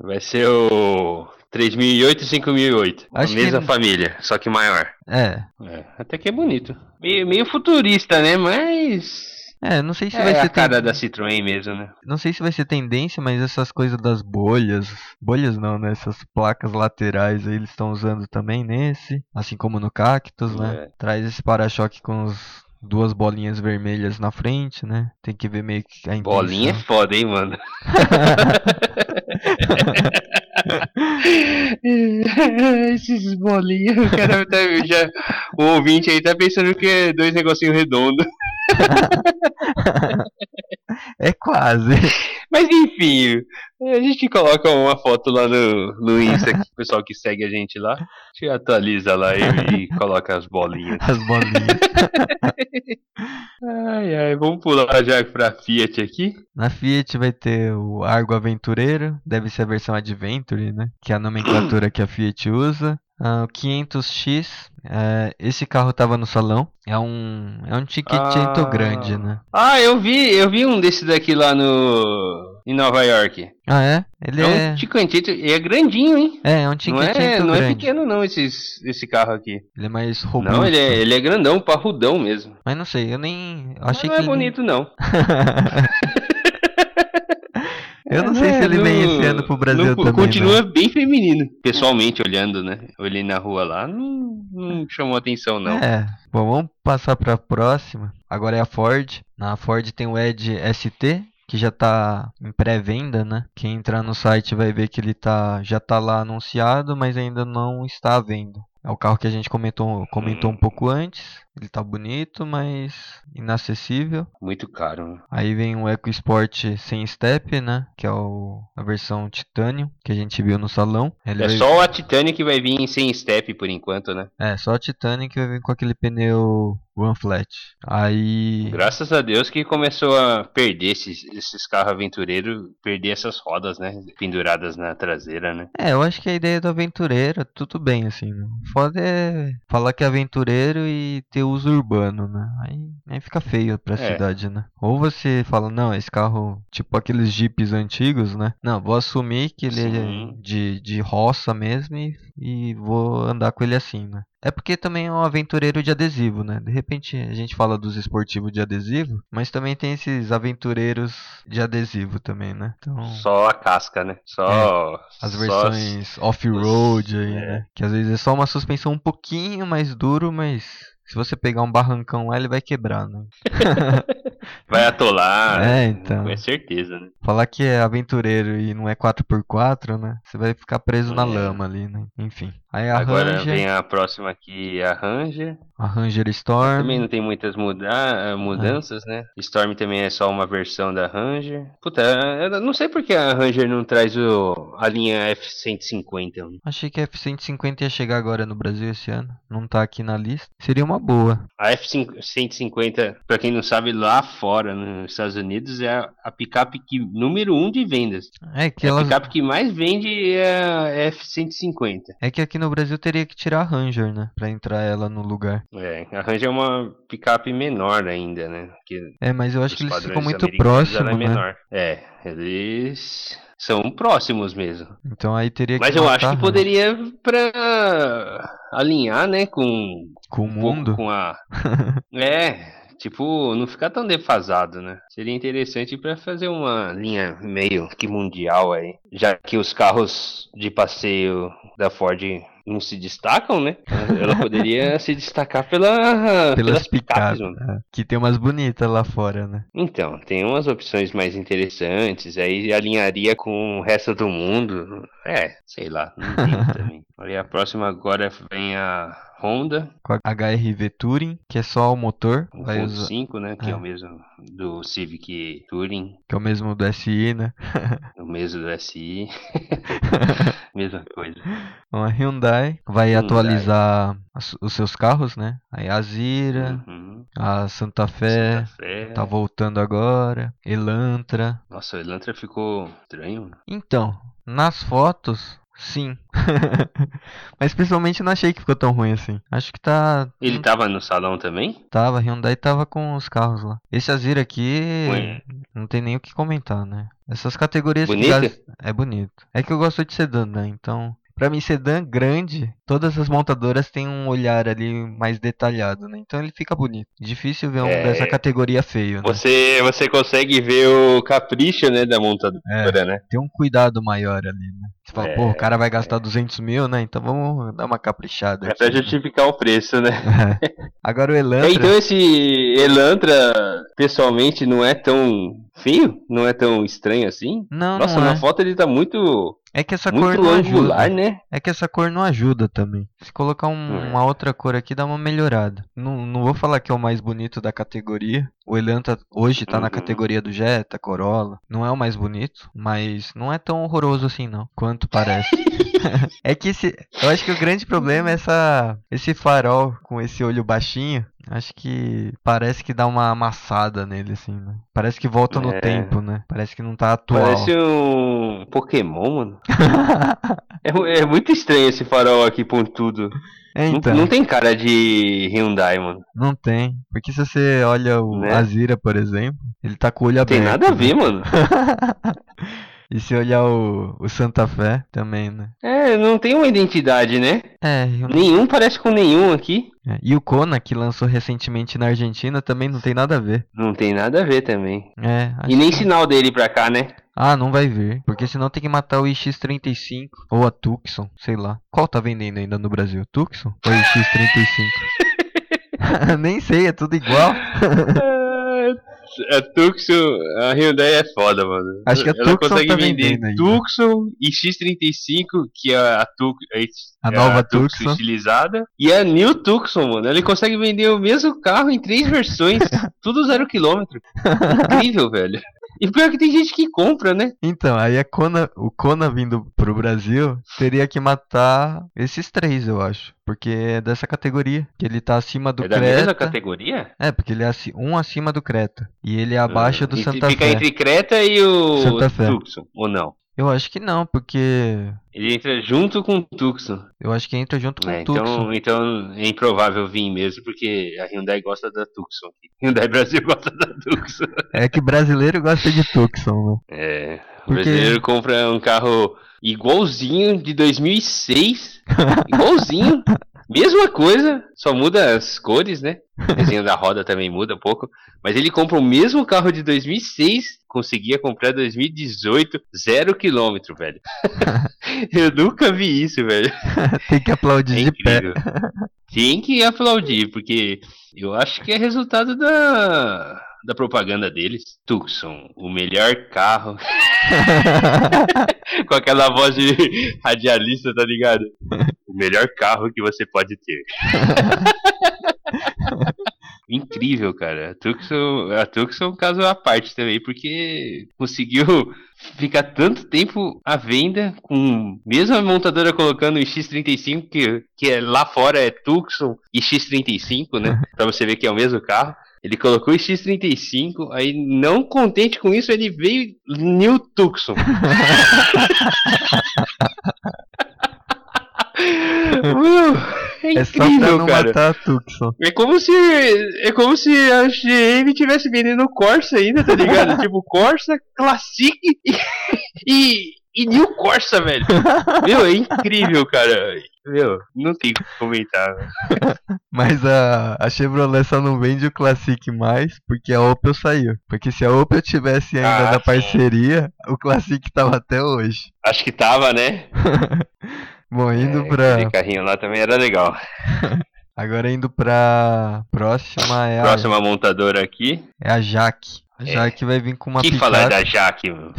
[SPEAKER 1] Vai ser o 3008 e 5008.
[SPEAKER 2] Acho
[SPEAKER 1] a
[SPEAKER 2] que
[SPEAKER 1] mesma
[SPEAKER 2] ele-
[SPEAKER 1] família, só que maior.
[SPEAKER 2] É,
[SPEAKER 1] É, até que é bonito. Meio, meio futurista, né? Mas.
[SPEAKER 2] é, não sei se vai
[SPEAKER 1] É
[SPEAKER 2] ser
[SPEAKER 1] a cara
[SPEAKER 2] ten-
[SPEAKER 1] da Citroën mesmo, né?
[SPEAKER 2] não sei se vai ser tendência, mas essas coisas das bolhas, bolhas não, né? Essas placas laterais aí eles estão usando também nesse, assim como no Cactus,
[SPEAKER 1] É.
[SPEAKER 2] né? Traz esse para-choque com os duas bolinhas vermelhas na frente, né? Tem que ver meio que a intenção.
[SPEAKER 1] Bolinha é foda, hein, mano? Esses bolinhos, o cara tá, já, o ouvinte aí tá pensando que é dois negocinhos redondos.
[SPEAKER 2] É quase.
[SPEAKER 1] Mas enfim, a gente coloca uma foto lá no, no Insta, que o pessoal que segue a gente lá, te atualiza lá e, e coloca as bolinhas.
[SPEAKER 2] As bolinhas.
[SPEAKER 1] Ai, ai, vamos pular já pra Fiat aqui.
[SPEAKER 2] Na Fiat vai ter o Argo Aventureiro, deve ser a versão Adventure, né? Que é a nomenclatura que a Fiat usa. Ah, o 500X, é, esse carro tava no salão. É um, é um tiquitento
[SPEAKER 1] Ah.
[SPEAKER 2] grande, né?
[SPEAKER 1] Ah, eu vi, eu vi um desse daqui lá no em Nova York.
[SPEAKER 2] Ah, é? Ele
[SPEAKER 1] É
[SPEAKER 2] é.
[SPEAKER 1] um ticantito, e é grandinho, hein?
[SPEAKER 2] É, é um
[SPEAKER 1] Não é,
[SPEAKER 2] tiquitento
[SPEAKER 1] não é
[SPEAKER 2] grande.
[SPEAKER 1] pequeno não esses, esse carro aqui.
[SPEAKER 2] ele é mais robusto.
[SPEAKER 1] Não, ele é, ele é grandão, parrudão mesmo.
[SPEAKER 2] Mas não sei, eu nem. eu
[SPEAKER 1] Mas
[SPEAKER 2] Achei
[SPEAKER 1] não
[SPEAKER 2] que
[SPEAKER 1] é
[SPEAKER 2] ele-
[SPEAKER 1] bonito não.
[SPEAKER 2] eu não sei se ele vem
[SPEAKER 1] É, não-
[SPEAKER 2] esse ano pro Brasil
[SPEAKER 1] não-
[SPEAKER 2] também.
[SPEAKER 1] Continua
[SPEAKER 2] né?
[SPEAKER 1] bem feminino. Pessoalmente olhando, né? Olhei na rua lá, não, não chamou atenção não.
[SPEAKER 2] É. Bom, vamos passar para a próxima. Agora é a Ford. Na Ford tem o Edge ST, que já tá em pré-venda, né? Quem entrar no site vai ver que ele tá já tá lá anunciado, mas ainda não está à venda. É o carro que a gente comentou, comentou um
[SPEAKER 1] Hum.
[SPEAKER 2] pouco antes. Ele tá bonito, mas inacessível.
[SPEAKER 1] Muito caro. né?
[SPEAKER 2] Aí vem o EcoSport sem step, né? Que é o, a versão titânio que a gente viu no salão. Ele
[SPEAKER 1] É
[SPEAKER 2] vai-
[SPEAKER 1] só a Titânia que vai vir sem step por enquanto, né?
[SPEAKER 2] é, só a Titanic vai vir com aquele pneu One Flat. Aí.
[SPEAKER 1] Graças a Deus que começou a perder esses, esses carros aventureiros, perder essas rodas, né? Penduradas na traseira, né?
[SPEAKER 2] É, eu acho que a ideia do aventureiro, tudo bem, assim. Né? O Foda é falar que é aventureiro e ter uso urbano, né? Aí, aí fica feio pra
[SPEAKER 1] É.
[SPEAKER 2] cidade, né? Ou você fala, não, esse carro, tipo aqueles jipes antigos, né? Não, vou assumir que ele é
[SPEAKER 1] Sim.
[SPEAKER 2] de, de roça mesmo e, e vou andar com ele assim, né? É porque também é um aventureiro de adesivo, né? De repente a gente fala dos esportivos de adesivo, mas também tem esses aventureiros de adesivo também, né? Então...
[SPEAKER 1] Só a casca, né? Só.
[SPEAKER 2] É, As
[SPEAKER 1] só
[SPEAKER 2] versões off-road aí,
[SPEAKER 1] é.
[SPEAKER 2] né? Que às vezes é só uma suspensão um pouquinho mais duro, mas se você pegar um barrancão lá, ele vai quebrar, né?
[SPEAKER 1] Vai atolar. né?
[SPEAKER 2] É, então.
[SPEAKER 1] Com certeza, né?
[SPEAKER 2] Falar que é aventureiro e não é 4x4, né? Você vai ficar preso na
[SPEAKER 1] É.
[SPEAKER 2] lama ali, né? Enfim. Aí a
[SPEAKER 1] Agora
[SPEAKER 2] Ranger,
[SPEAKER 1] vem a próxima aqui, a Ranger.
[SPEAKER 2] a Ranger Storm.
[SPEAKER 1] Também não tem muitas
[SPEAKER 2] É.
[SPEAKER 1] muda mudanças, né? Storm também é só uma versão da Ranger. Puta, eu não sei porque a Ranger não traz o, a linha F-150.
[SPEAKER 2] Achei que a F-150 ia chegar agora no Brasil esse ano. Não tá aqui na lista. Seria uma boa.
[SPEAKER 1] A F-150, pra quem não sabe, lá fora, nos Estados Unidos, é a, a picape que, número um de vendas.
[SPEAKER 2] É que
[SPEAKER 1] a
[SPEAKER 2] elas...
[SPEAKER 1] picape que mais vende é a F-150.
[SPEAKER 2] É que aqui no Brasil teria que tirar a Ranger, né? Pra entrar ela no lugar.
[SPEAKER 1] É, a Ranger é uma picape menor ainda, né? Porque
[SPEAKER 2] É, mas eu acho
[SPEAKER 1] os
[SPEAKER 2] que eles ficam
[SPEAKER 1] padrões
[SPEAKER 2] muito
[SPEAKER 1] americanos,
[SPEAKER 2] próximos,
[SPEAKER 1] ela é
[SPEAKER 2] né?
[SPEAKER 1] menor. É, eles são próximos mesmo.
[SPEAKER 2] Então aí teria
[SPEAKER 1] Mas
[SPEAKER 2] que né,
[SPEAKER 1] eu
[SPEAKER 2] matar
[SPEAKER 1] acho
[SPEAKER 2] a
[SPEAKER 1] que
[SPEAKER 2] Ranger.
[SPEAKER 1] poderia pra alinhar, né, com
[SPEAKER 2] Com o
[SPEAKER 1] um pouco
[SPEAKER 2] mundo?
[SPEAKER 1] com a É, tipo, não ficar tão defasado, né? Seria interessante pra fazer uma linha meio que mundial aí, já que os carros de passeio da Ford não se destacam, né? Ela poderia se destacar pela,
[SPEAKER 2] Pelas picapes.
[SPEAKER 1] mano.
[SPEAKER 2] é. Que tem umas bonitas lá fora, né?
[SPEAKER 1] Então, tem umas opções mais interessantes, aí alinharia com o resto do mundo. É, sei lá, não entendo também. Aí a próxima agora vem a Honda
[SPEAKER 2] Com a HRV Touring, que é só o motor. Vai usar,
[SPEAKER 1] 1.5, né? Que é.
[SPEAKER 2] é.
[SPEAKER 1] o mesmo do Civic Touring,
[SPEAKER 2] que é o mesmo do SI, né?
[SPEAKER 1] o mesmo do SI. Mesma coisa.
[SPEAKER 2] Então, a Hyundai vai
[SPEAKER 1] Hyundai.
[SPEAKER 2] atualizar as- os seus carros, né? Aí a Zira,
[SPEAKER 1] Uhum.
[SPEAKER 2] a Santa Fé,
[SPEAKER 1] Santa Fé.
[SPEAKER 2] tá voltando agora, Elantra.
[SPEAKER 1] Nossa, o Elantra ficou estranho.
[SPEAKER 2] Então, nas fotos, sim. Mas principalmente não achei que ficou tão ruim assim. Acho que tá.
[SPEAKER 1] Ele tava no salão também?
[SPEAKER 2] Tava, a Hyundai tava com os carros lá. Esse Azira aqui,
[SPEAKER 1] Ué.
[SPEAKER 2] não tem nem o que comentar, né? Essas categorias que
[SPEAKER 1] Bonito?
[SPEAKER 2] gas- é bonito. É que eu gosto de sedã, né? Então, pra mim sedã grande, todas as montadoras têm um olhar ali mais detalhado, né? Então ele fica bonito. Difícil ver um
[SPEAKER 1] É.
[SPEAKER 2] dessa categoria feio, né?
[SPEAKER 1] Você, você consegue ver o capricho, né, da montadora, né?
[SPEAKER 2] Tem um cuidado maior ali, né? Você fala,
[SPEAKER 1] É,
[SPEAKER 2] pô, o cara vai gastar 200 mil, né? Então vamos dar uma caprichada
[SPEAKER 1] É
[SPEAKER 2] aqui.
[SPEAKER 1] pra justificar o preço, né?
[SPEAKER 2] Agora o
[SPEAKER 1] É,
[SPEAKER 2] Elantra,
[SPEAKER 1] então esse Elantra, pessoalmente, não é tão feio? Não é tão estranho assim?
[SPEAKER 2] não,
[SPEAKER 1] Nossa,
[SPEAKER 2] não
[SPEAKER 1] na
[SPEAKER 2] é.
[SPEAKER 1] foto ele tá muito,
[SPEAKER 2] É que essa cor
[SPEAKER 1] muito
[SPEAKER 2] não
[SPEAKER 1] angular,
[SPEAKER 2] ajuda.
[SPEAKER 1] né?
[SPEAKER 2] É que essa cor não ajuda também. Se colocar um-
[SPEAKER 1] É.
[SPEAKER 2] uma outra cor aqui, dá uma melhorada. Não, não vou falar que é o mais bonito da categoria. O Elantra hoje tá na
[SPEAKER 1] Uhum.
[SPEAKER 2] categoria do Jetta, Corolla. Não é o mais bonito, mas não é tão horroroso assim não, quanto parece. é que esse, eu acho que o grande problema é essa, esse farol com esse olho baixinho. Acho que parece que dá uma amassada nele assim, né? Parece que volta no
[SPEAKER 1] É.
[SPEAKER 2] tempo, né? Parece que não tá atual.
[SPEAKER 1] Parece um Pokémon, mano. É, mu- é muito estranho esse farol aqui pontudo.
[SPEAKER 2] É,
[SPEAKER 1] Não-
[SPEAKER 2] então.
[SPEAKER 1] Não, tem cara de Hyundai, mano.
[SPEAKER 2] Não tem. Porque se você olha o
[SPEAKER 1] Né?
[SPEAKER 2] Azira, por exemplo, ele tá com o olho
[SPEAKER 1] Não tem
[SPEAKER 2] aberto.
[SPEAKER 1] nada a ver, mano.
[SPEAKER 2] E se olhar o, o Santa Fé também, né?
[SPEAKER 1] É, não tem uma identidade, né?
[SPEAKER 2] É, eu-
[SPEAKER 1] Nenhum parece com nenhum aqui.
[SPEAKER 2] é. E o Kona, que lançou recentemente na Argentina, também não tem nada a ver.
[SPEAKER 1] Não tem nada a ver também.
[SPEAKER 2] É, acho
[SPEAKER 1] E nem
[SPEAKER 2] que-
[SPEAKER 1] sinal dele pra cá, né?
[SPEAKER 2] Ah, não vai vir. Porque senão tem que matar o IX-35 ou a Tucson, sei lá. Qual tá vendendo ainda no Brasil? Tucson ou IX-35? Nem sei, é tudo igual.
[SPEAKER 1] É, A Tucson, a Hyundai é foda, mano.
[SPEAKER 2] Acho que a
[SPEAKER 1] Ela
[SPEAKER 2] Tucson
[SPEAKER 1] consegue
[SPEAKER 2] tá
[SPEAKER 1] vender
[SPEAKER 2] vendendo ainda.
[SPEAKER 1] Tucson e X35, que é a, Tuc, é
[SPEAKER 2] A nova Tucson.
[SPEAKER 1] estilizada, e a New Tucson, mano. Ele consegue vender o mesmo carro em três versões, tudo zero quilômetro. Incrível, velho. E pior que tem gente que compra, né?
[SPEAKER 2] Então, aí a Kona, o Kona vindo pro Brasil teria que matar esses três, eu acho. Porque é dessa categoria. Que ele tá acima do
[SPEAKER 1] é da mesma
[SPEAKER 2] Creta.
[SPEAKER 1] categoria?
[SPEAKER 2] É, porque ele é aci- um acima do Creta. E ele é abaixo do
[SPEAKER 1] Ah, E
[SPEAKER 2] Santa
[SPEAKER 1] Fica
[SPEAKER 2] Fé.
[SPEAKER 1] entre Creta e o
[SPEAKER 2] Santa Fé.
[SPEAKER 1] Tucson, ou não?
[SPEAKER 2] Eu acho que não, porque.
[SPEAKER 1] Ele entra junto com o Tucson.
[SPEAKER 2] Eu acho que entra junto com
[SPEAKER 1] É,
[SPEAKER 2] o Tucson.
[SPEAKER 1] então, então é improvável vir mesmo, porque a Hyundai gosta da Tucson. Hyundai Brasil gosta da Tucson.
[SPEAKER 2] É que brasileiro gosta de Tucson, né?
[SPEAKER 1] É, o
[SPEAKER 2] Porque-
[SPEAKER 1] brasileiro compra um carro igualzinho de 2006, igualzinho, mesma coisa, só muda as cores, né? O desenho da roda também muda um pouco, mas ele compra o mesmo carro de 2006, conseguia comprar 2018, zero quilômetro, velho. Eu nunca vi isso, velho.
[SPEAKER 2] Tem que aplaudir
[SPEAKER 1] É
[SPEAKER 2] de pé.
[SPEAKER 1] incrível. Tem que aplaudir, porque eu acho que é resultado da, da propaganda deles. Tucson, o melhor carro. Com aquela voz de radialista, tá ligado? O melhor carro que você pode ter. Incrível, cara. A Tucson, a Tucson é um caso à parte também, porque conseguiu ficar tanto tempo à venda com mesmo a montadora colocando em X35, que, que é, lá fora é Tucson e X35, né? Pra você ver que é o mesmo carro. Ele colocou o X35, aí não contente com isso, ele veio New Tucson. Uh, é
[SPEAKER 2] É só pra
[SPEAKER 1] incrível,
[SPEAKER 2] não
[SPEAKER 1] cara.
[SPEAKER 2] matar a Tucson.
[SPEAKER 1] É como se é como se a GM tivesse vendendo Corsa ainda, tá ligado? tipo Corsa, Classic e, e, e New Corsa, velho. Meu, é incrível, cara. Meu, não tem o que comentar. velho.
[SPEAKER 2] Mas a, a Chevrolet só não vende o Classic mais porque a Opel saiu. Porque se a Opel tivesse ainda
[SPEAKER 1] Ah,
[SPEAKER 2] na
[SPEAKER 1] sim.
[SPEAKER 2] parceria, o Classic tava até hoje.
[SPEAKER 1] Acho que tava, né?
[SPEAKER 2] Bom, indo
[SPEAKER 1] É,
[SPEAKER 2] pra.
[SPEAKER 1] Aquele carrinho lá também era legal.
[SPEAKER 2] Agora indo pra próxima é a,
[SPEAKER 1] Próxima montadora aqui.
[SPEAKER 2] é a Jaque. A
[SPEAKER 1] É.
[SPEAKER 2] Jaque vai vir com uma
[SPEAKER 1] que
[SPEAKER 2] picape.
[SPEAKER 1] falar é da Jaque, mano?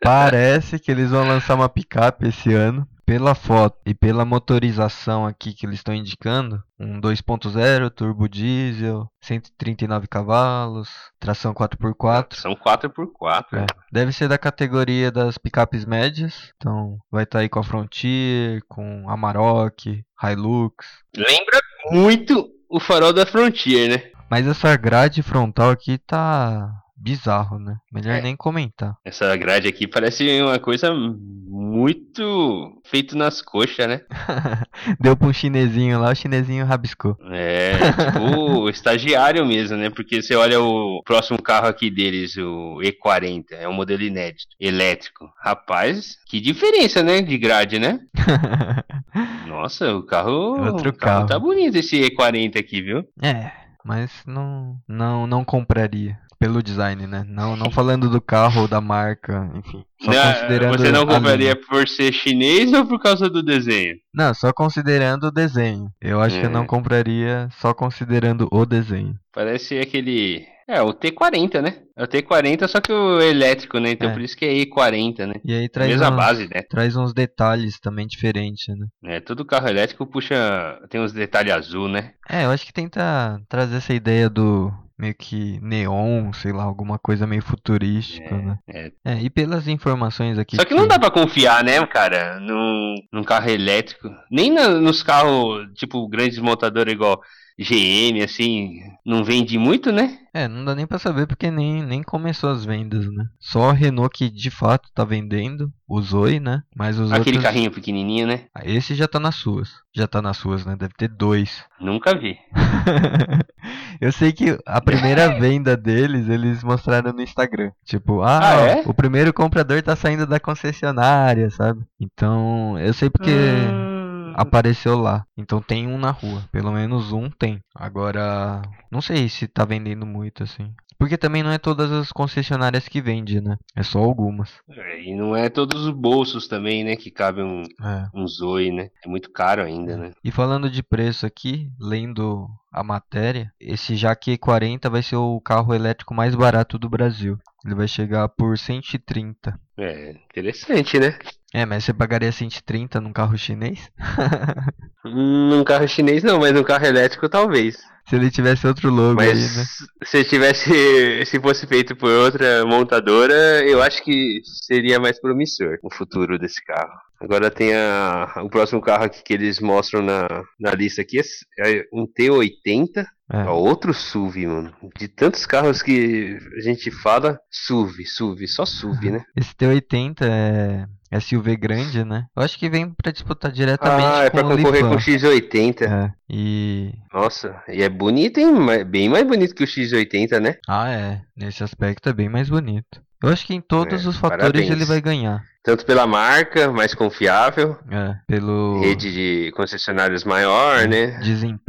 [SPEAKER 2] Parece que eles vão lançar uma picape esse ano. Pela foto e pela motorização aqui que eles estão indicando, um 2.0 turbo diesel, 139 cavalos, tração 4x4.
[SPEAKER 1] São 4x4.
[SPEAKER 2] É. Deve ser da categoria das picapes médias. Então vai estar aí com a Frontier, com a Amarok, Hilux.
[SPEAKER 1] Lembra muito o farol da Frontier, né?
[SPEAKER 2] Mas essa grade frontal aqui tá bizarro, né? Melhor
[SPEAKER 1] É.
[SPEAKER 2] nem comentar.
[SPEAKER 1] Essa grade aqui parece uma coisa muito feito nas coxas, né?
[SPEAKER 2] Deu pra um chinesinho lá, o chinesinho rabiscou.
[SPEAKER 1] É, tipo, estagiário mesmo, né? Porque você olha o próximo carro aqui deles, o E40, é um modelo inédito, elétrico. Rapaz, que diferença, né? De grade, né? Nossa, o carro,
[SPEAKER 2] É Outro
[SPEAKER 1] o carro
[SPEAKER 2] carro.
[SPEAKER 1] tá bonito esse E40 aqui, viu?
[SPEAKER 2] É, mas não, não, não compraria. Pelo design, né? Não, não falando do carro ou da marca, enfim. Só
[SPEAKER 1] Na-
[SPEAKER 2] considerando
[SPEAKER 1] você
[SPEAKER 2] a
[SPEAKER 1] não
[SPEAKER 2] linha.
[SPEAKER 1] compraria por ser chinês ou por causa do desenho?
[SPEAKER 2] Não, só considerando o desenho. Eu acho que eu não
[SPEAKER 1] É.
[SPEAKER 2] compraria só considerando o desenho.
[SPEAKER 1] Parece aquele. É, o T40, né? É o T40, só que o elétrico, né? Então
[SPEAKER 2] É.
[SPEAKER 1] por isso que é E40, né?
[SPEAKER 2] E aí traz,
[SPEAKER 1] Mesma
[SPEAKER 2] uns,
[SPEAKER 1] base, né?
[SPEAKER 2] traz uns detalhes também diferentes, né?
[SPEAKER 1] É, todo carro elétrico puxa. tem uns detalhes azul, né?
[SPEAKER 2] É, eu acho que tenta trazer essa ideia do meio que neon, sei lá, alguma coisa meio futurística, né?
[SPEAKER 1] é.
[SPEAKER 2] É, e pelas informações aqui.
[SPEAKER 1] Só que não dá pra confiar, né, cara, num, num carro elétrico. Nem na- nos carros, tipo, grandes montadores igual GM, assim, não vende muito, né?
[SPEAKER 2] É, não dá nem pra saber porque nem, nem começou as vendas, né? Só a Renault que de fato tá vendendo, o Zoe, né? Mas os
[SPEAKER 1] Aquele
[SPEAKER 2] outros.
[SPEAKER 1] carrinho pequenininho, né?
[SPEAKER 2] Ah, Esse já tá nas suas. Já tá nas suas, né? Deve ter dois.
[SPEAKER 1] Nunca vi.
[SPEAKER 2] Eu sei que a primeira venda deles, eles mostraram no Instagram. Tipo, ah,
[SPEAKER 1] Ah, é?
[SPEAKER 2] o primeiro comprador tá saindo da concessionária, sabe? Então, eu sei porque
[SPEAKER 1] Hum,
[SPEAKER 2] apareceu lá. Então tem um na rua. Pelo menos um tem. Agora, não sei se tá vendendo muito, assim. Porque também não é todas as concessionárias que vende, né? É só algumas.
[SPEAKER 1] E não é todos os bolsos também, né, que cabe um,
[SPEAKER 2] É.
[SPEAKER 1] um Zoe, né? É muito caro ainda, né?
[SPEAKER 2] E falando de preço aqui, lendo a matéria, esse Jaque 40 vai ser o carro elétrico mais barato do Brasil. Ele vai chegar por 130.
[SPEAKER 1] É interessante, né?
[SPEAKER 2] É, mas você pagaria 130 num carro chinês?
[SPEAKER 1] Num carro chinês não, mas num carro elétrico talvez.
[SPEAKER 2] Se ele tivesse outro logo aí, né?
[SPEAKER 1] Mas se tivesse, se fosse feito por outra montadora, eu acho que seria mais promissor o futuro desse carro. Agora tem a, o próximo carro aqui que eles mostram na, na lista aqui é um T80,
[SPEAKER 2] É.
[SPEAKER 1] Ó, outro SUV, mano. De tantos carros que a gente fala, SUV, SUV, só SUV, né?
[SPEAKER 2] Esse T80 é SUV grande, né? Eu acho que vem pra disputar diretamente
[SPEAKER 1] Ah, é
[SPEAKER 2] com um
[SPEAKER 1] pra
[SPEAKER 2] o
[SPEAKER 1] concorrer com
[SPEAKER 2] Lifan.
[SPEAKER 1] o X80.
[SPEAKER 2] É, e...
[SPEAKER 1] Nossa, e é bonito, hein? Ma- Bem mais bonito que o X80, né?
[SPEAKER 2] Ah, é. Nesse aspecto é bem mais bonito. Eu acho que em todos
[SPEAKER 1] É,
[SPEAKER 2] os fatores
[SPEAKER 1] parabéns.
[SPEAKER 2] ele vai ganhar.
[SPEAKER 1] Tanto pela marca, mais confiável,
[SPEAKER 2] É, pelo
[SPEAKER 1] rede de concessionários maior, né?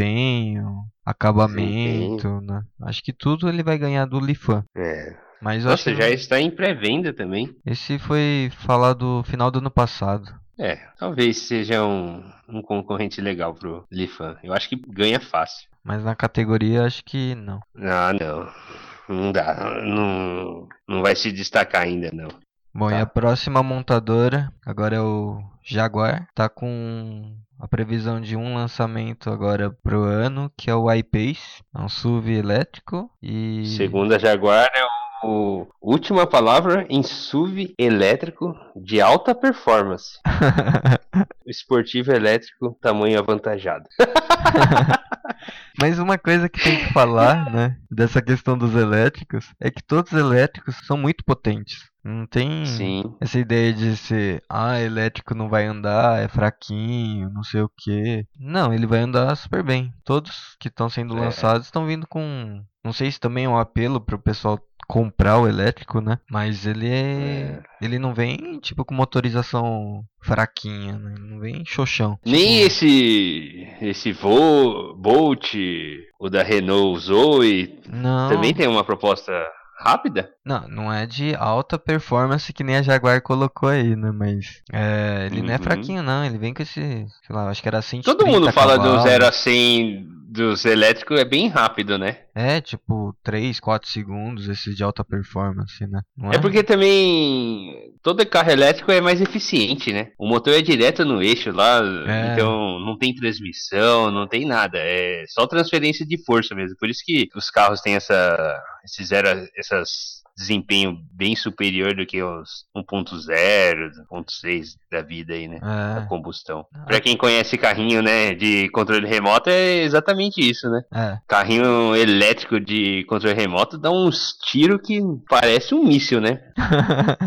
[SPEAKER 2] desempenho, acabamento, né? Acho que tudo ele vai ganhar do Lifan.
[SPEAKER 1] É.
[SPEAKER 2] Mas eu acho
[SPEAKER 1] Nossa,
[SPEAKER 2] que
[SPEAKER 1] já
[SPEAKER 2] não-
[SPEAKER 1] está em pré-venda também.
[SPEAKER 2] esse foi falado final do ano passado.
[SPEAKER 1] É, talvez seja um, um concorrente legal pro Lifan. Eu acho que ganha fácil.
[SPEAKER 2] Mas na categoria acho que não.
[SPEAKER 1] Ah, não. Não dá. Não, não vai se destacar ainda, não.
[SPEAKER 2] Bom,
[SPEAKER 1] Tá.
[SPEAKER 2] e a próxima montadora agora é o Jaguar. Tá com a previsão de um lançamento agora pro ano, que é o iPace. É um SUV elétrico e
[SPEAKER 1] Segundo a Jaguar, é o última palavra em SUV elétrico de alta performance. Esportivo elétrico, tamanho avantajado.
[SPEAKER 2] Mas uma coisa que tem que falar, né, dessa questão dos elétricos, é que todos os elétricos são muito potentes. Não tem
[SPEAKER 1] Sim.
[SPEAKER 2] essa ideia de ser, ah, elétrico não vai andar, é fraquinho, não sei o quê. Não, ele vai andar super bem. Todos que estão sendo
[SPEAKER 1] É.
[SPEAKER 2] lançados estão vindo com, não sei se também é um apelo pro pessoal comprar o elétrico, né? Mas ele é, ele não vem tipo com motorização fraquinha, né? Ele não vem xoxão.
[SPEAKER 1] Nem esse esse Vol, Bolt, o da Renault Zoe,
[SPEAKER 2] Não.
[SPEAKER 1] também tem uma proposta rápida?
[SPEAKER 2] Não, não é de alta performance que nem a Jaguar colocou aí, né? Mas é, ele não é
[SPEAKER 1] Uhum.
[SPEAKER 2] fraquinho, não. Ele vem com esse, sei lá, acho que era 130
[SPEAKER 1] Todo mundo fala
[SPEAKER 2] cavalos.
[SPEAKER 1] do 0 a 100 dos elétricos é bem rápido, né?
[SPEAKER 2] É, tipo, 3, 4 segundos esse de alta performance, né? Não
[SPEAKER 1] É porque também todo carro elétrico é mais eficiente, né? O motor é direto no eixo lá,
[SPEAKER 2] É.
[SPEAKER 1] então não tem transmissão, não tem nada, é só transferência de força mesmo. Por isso que os carros têm essa esse zero, a- essas desempenho bem superior do que os 1.0, 1.6 da vida aí, né? Da
[SPEAKER 2] É,
[SPEAKER 1] combustão.
[SPEAKER 2] Ah.
[SPEAKER 1] Pra quem conhece carrinho, né, de controle remoto é exatamente isso, né?
[SPEAKER 2] é.
[SPEAKER 1] Carrinho elétrico de controle remoto dá uns tiros que parece um míssil, né?
[SPEAKER 2] é.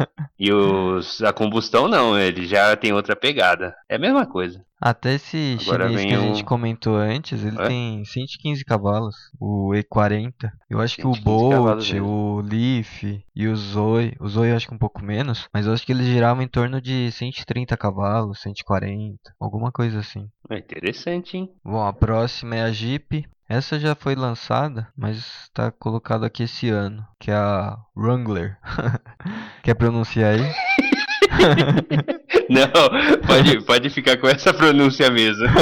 [SPEAKER 1] E os a combustão não, ele já tem outra pegada. É a mesma coisa.
[SPEAKER 2] Até esse
[SPEAKER 1] Agora
[SPEAKER 2] chinês que a
[SPEAKER 1] vem
[SPEAKER 2] gente
[SPEAKER 1] o-
[SPEAKER 2] comentou antes, ele
[SPEAKER 1] É?
[SPEAKER 2] tem 115 cavalos, o E40. Eu acho que o
[SPEAKER 1] 115 cavalos
[SPEAKER 2] Bolt,
[SPEAKER 1] mesmo.
[SPEAKER 2] o Leaf e o Zoe, o Zoe eu acho que um pouco menos, mas eu acho que eles giravam em torno de 130 cavalos, 140, alguma coisa assim.
[SPEAKER 1] É interessante, hein?
[SPEAKER 2] Bom, a próxima é a Jeep. Essa já foi lançada, mas está colocada aqui esse ano, que é a Wrangler. Quer pronunciar aí?
[SPEAKER 1] Não, pode, pode ficar com essa pronúncia mesmo.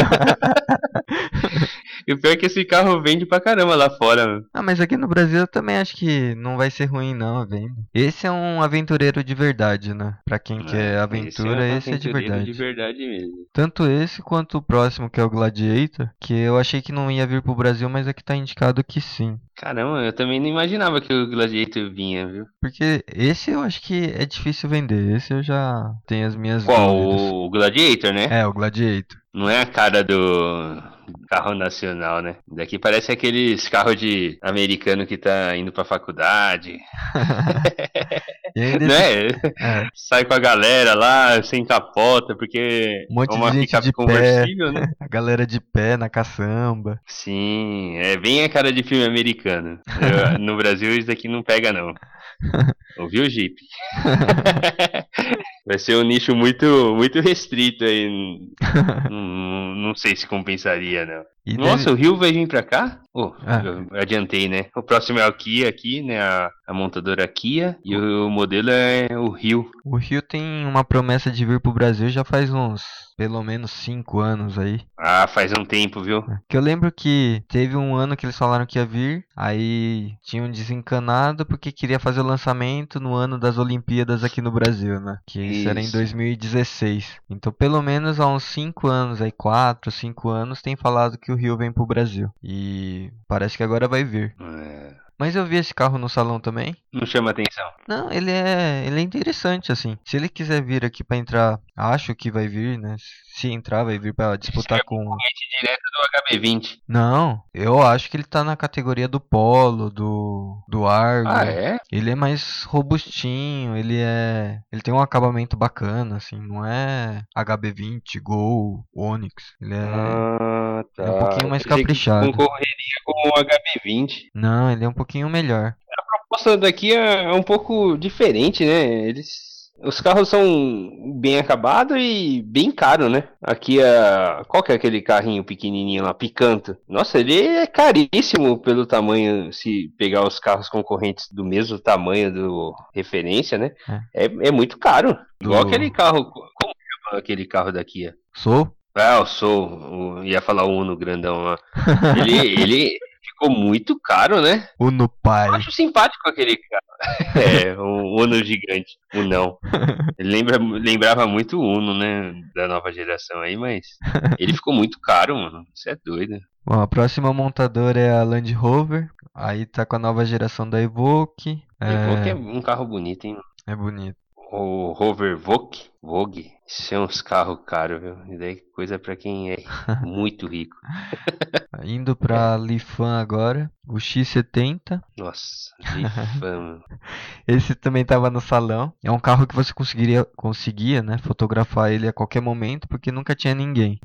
[SPEAKER 1] e o pior é que esse carro vende pra caramba lá fora. meu.
[SPEAKER 2] Ah, mas aqui no Brasil eu também acho que não vai ser ruim não a venda. Esse é um aventureiro de verdade, né? Pra quem quer aventura,
[SPEAKER 1] É, um
[SPEAKER 2] esse é de
[SPEAKER 1] aventureiro
[SPEAKER 2] verdade.
[SPEAKER 1] De verdade mesmo.
[SPEAKER 2] Tanto esse quanto o próximo, que é o Gladiator, que eu achei que não ia vir pro Brasil, mas aqui tá indicado que sim.
[SPEAKER 1] Caramba, eu também não imaginava que o Gladiator vinha, viu?
[SPEAKER 2] Porque esse eu acho que é difícil vender. Esse eu já tenho as minhas
[SPEAKER 1] Qual?
[SPEAKER 2] dúvidas.
[SPEAKER 1] O Gladiator, né?
[SPEAKER 2] É, o Gladiator.
[SPEAKER 1] Não é a cara do carro nacional, né? Daqui parece aqueles carros de americano que tá indo pra faculdade,
[SPEAKER 2] E ainda esse-
[SPEAKER 1] né?
[SPEAKER 2] é,
[SPEAKER 1] Sai com a galera lá, sem capota, porque
[SPEAKER 2] Um monte
[SPEAKER 1] é
[SPEAKER 2] de
[SPEAKER 1] uma
[SPEAKER 2] gente
[SPEAKER 1] picape
[SPEAKER 2] de pé.
[SPEAKER 1] conversível, né?
[SPEAKER 2] a galera de pé na caçamba.
[SPEAKER 1] Sim, é bem a cara de filme americano. Eu- no Brasil isso daqui não pega, não. Ouviu, Jeep? Vai ser um nicho muito, muito restrito aí. Não, não- não sei se compensaria, não.
[SPEAKER 2] E
[SPEAKER 1] Nossa, o Rio vai vir pra cá? Oh,
[SPEAKER 2] Ah.
[SPEAKER 1] eu adiantei, né? O próximo é o Kia aqui, né? A, a montadora Kia. E o modelo é o Rio.
[SPEAKER 2] O Rio tem uma promessa de vir pro Brasil já faz uns pelo menos 5 anos aí.
[SPEAKER 1] Ah, faz um tempo, viu?
[SPEAKER 2] Que eu lembro que teve um ano que eles falaram que ia vir, aí tinham desencanado porque queria fazer o lançamento no ano das Olimpíadas aqui no Brasil, né? Que isso era em
[SPEAKER 1] Isso.
[SPEAKER 2] 2016. Então, pelo menos há uns 5 anos, aí 4, 5 anos, tem falado que o Rio vem pro Brasil. E parece que agora vai vir.
[SPEAKER 1] É,
[SPEAKER 2] Mas eu vi esse carro no salão também.
[SPEAKER 1] não chama atenção.
[SPEAKER 2] Não, ele é, ele é interessante assim. Se ele quiser vir aqui pra entrar, acho que vai vir, né? Se entrar, vai vir pra disputar com.
[SPEAKER 1] HB20.
[SPEAKER 2] Não, eu acho que ele tá na categoria do Polo, do do Argo.
[SPEAKER 1] Ah, é?
[SPEAKER 2] Ele é mais robustinho, ele é, ele tem um acabamento bacana assim, não é HB20, Gol, Onix. Ele é,
[SPEAKER 1] Ah, tá.
[SPEAKER 2] ele é um pouquinho mais
[SPEAKER 1] Eu achei que
[SPEAKER 2] caprichado.
[SPEAKER 1] Concorreria com o HB20.
[SPEAKER 2] Não, ele é um pouquinho melhor.
[SPEAKER 1] A proposta daqui é, é um pouco diferente, né? Eles. Os carros são bem acabados e bem caros, né? Aqui a. Qual que é aquele carrinho pequenininho lá? Picanto. Nossa, ele é caríssimo pelo tamanho. Se pegar os carros concorrentes do mesmo tamanho do referência, né? É, é muito caro. Igual
[SPEAKER 2] Do-
[SPEAKER 1] aquele carro. Como chama aquele carro daqui?
[SPEAKER 2] Sou?
[SPEAKER 1] Ah, eu sou. o- Ia falar o Uno grandão lá. Ele, ele ficou muito caro, né?
[SPEAKER 2] Uno
[SPEAKER 1] Eu
[SPEAKER 2] pai.
[SPEAKER 1] acho simpático aquele cara. É, o Uno gigante. O não. Ele lembra, lembrava muito o Uno, né? Da nova geração aí, mas. Ele ficou muito caro, mano. Você é doido.
[SPEAKER 2] Bom, a próxima montadora é a Land Rover. Aí tá com a nova geração da Evoque.
[SPEAKER 1] É...
[SPEAKER 2] É,
[SPEAKER 1] é um carro bonito, hein?
[SPEAKER 2] é bonito.
[SPEAKER 1] O Rover Vogue. Vogue. Isso é uns carros caros, viu? E daí coisa pra quem é muito rico.
[SPEAKER 2] Indo pra Lifan agora, o X70.
[SPEAKER 1] Nossa, de fama.
[SPEAKER 2] Esse também tava no salão. É um carro que você conseguiria, conseguia, né, fotografar ele a qualquer momento, porque nunca tinha ninguém.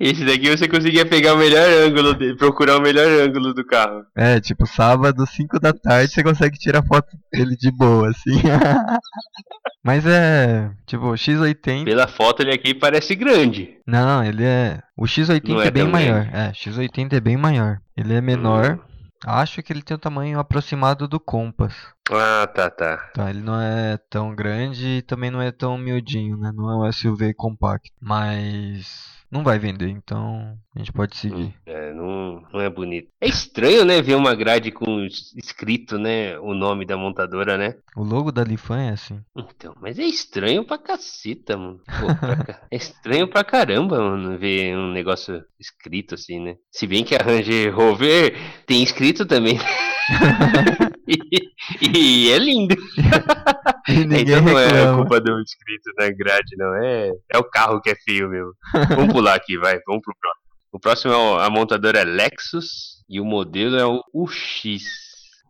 [SPEAKER 1] Esse daqui você conseguia pegar o melhor ângulo dele, procurar o melhor ângulo do carro.
[SPEAKER 2] É, tipo, sábado, 5 da tarde, você consegue tirar foto dele de boa, assim. Mas é, tipo, o X80...
[SPEAKER 1] Pela foto ele aqui parece grande.
[SPEAKER 2] Não, ele é... O X80
[SPEAKER 1] Não
[SPEAKER 2] é,
[SPEAKER 1] é
[SPEAKER 2] bem
[SPEAKER 1] tão
[SPEAKER 2] maior. É, X80 é bem maior. Ele é menor.
[SPEAKER 1] Hum.
[SPEAKER 2] Acho que ele tem o tamanho aproximado do Compass.
[SPEAKER 1] Ah, tá, tá.
[SPEAKER 2] Tá, ele não é tão grande e também não é tão miudinho, né? Não é um SUV compacto. Mas não vai vender, então a gente pode seguir.
[SPEAKER 1] É, não, não é bonito. É estranho, né, ver uma grade com es- escrito, né, o nome da montadora, né?
[SPEAKER 2] O logo da Lifan é assim.
[SPEAKER 1] Então, mas é estranho pra caceta, mano. Pô, pra ca- É estranho pra caramba, mano, ver um negócio escrito assim, né? Se bem que a Range Rover tem escrito também. e, e é lindo.
[SPEAKER 2] E ninguém
[SPEAKER 1] então não é
[SPEAKER 2] reclama.
[SPEAKER 1] culpa do escrito na né, grade, não. É, é o carro que é feio mesmo. Vamos pular aqui, vai. Vamos pro próximo. O próximo é o- a montadora é Lexus e o modelo é o UX.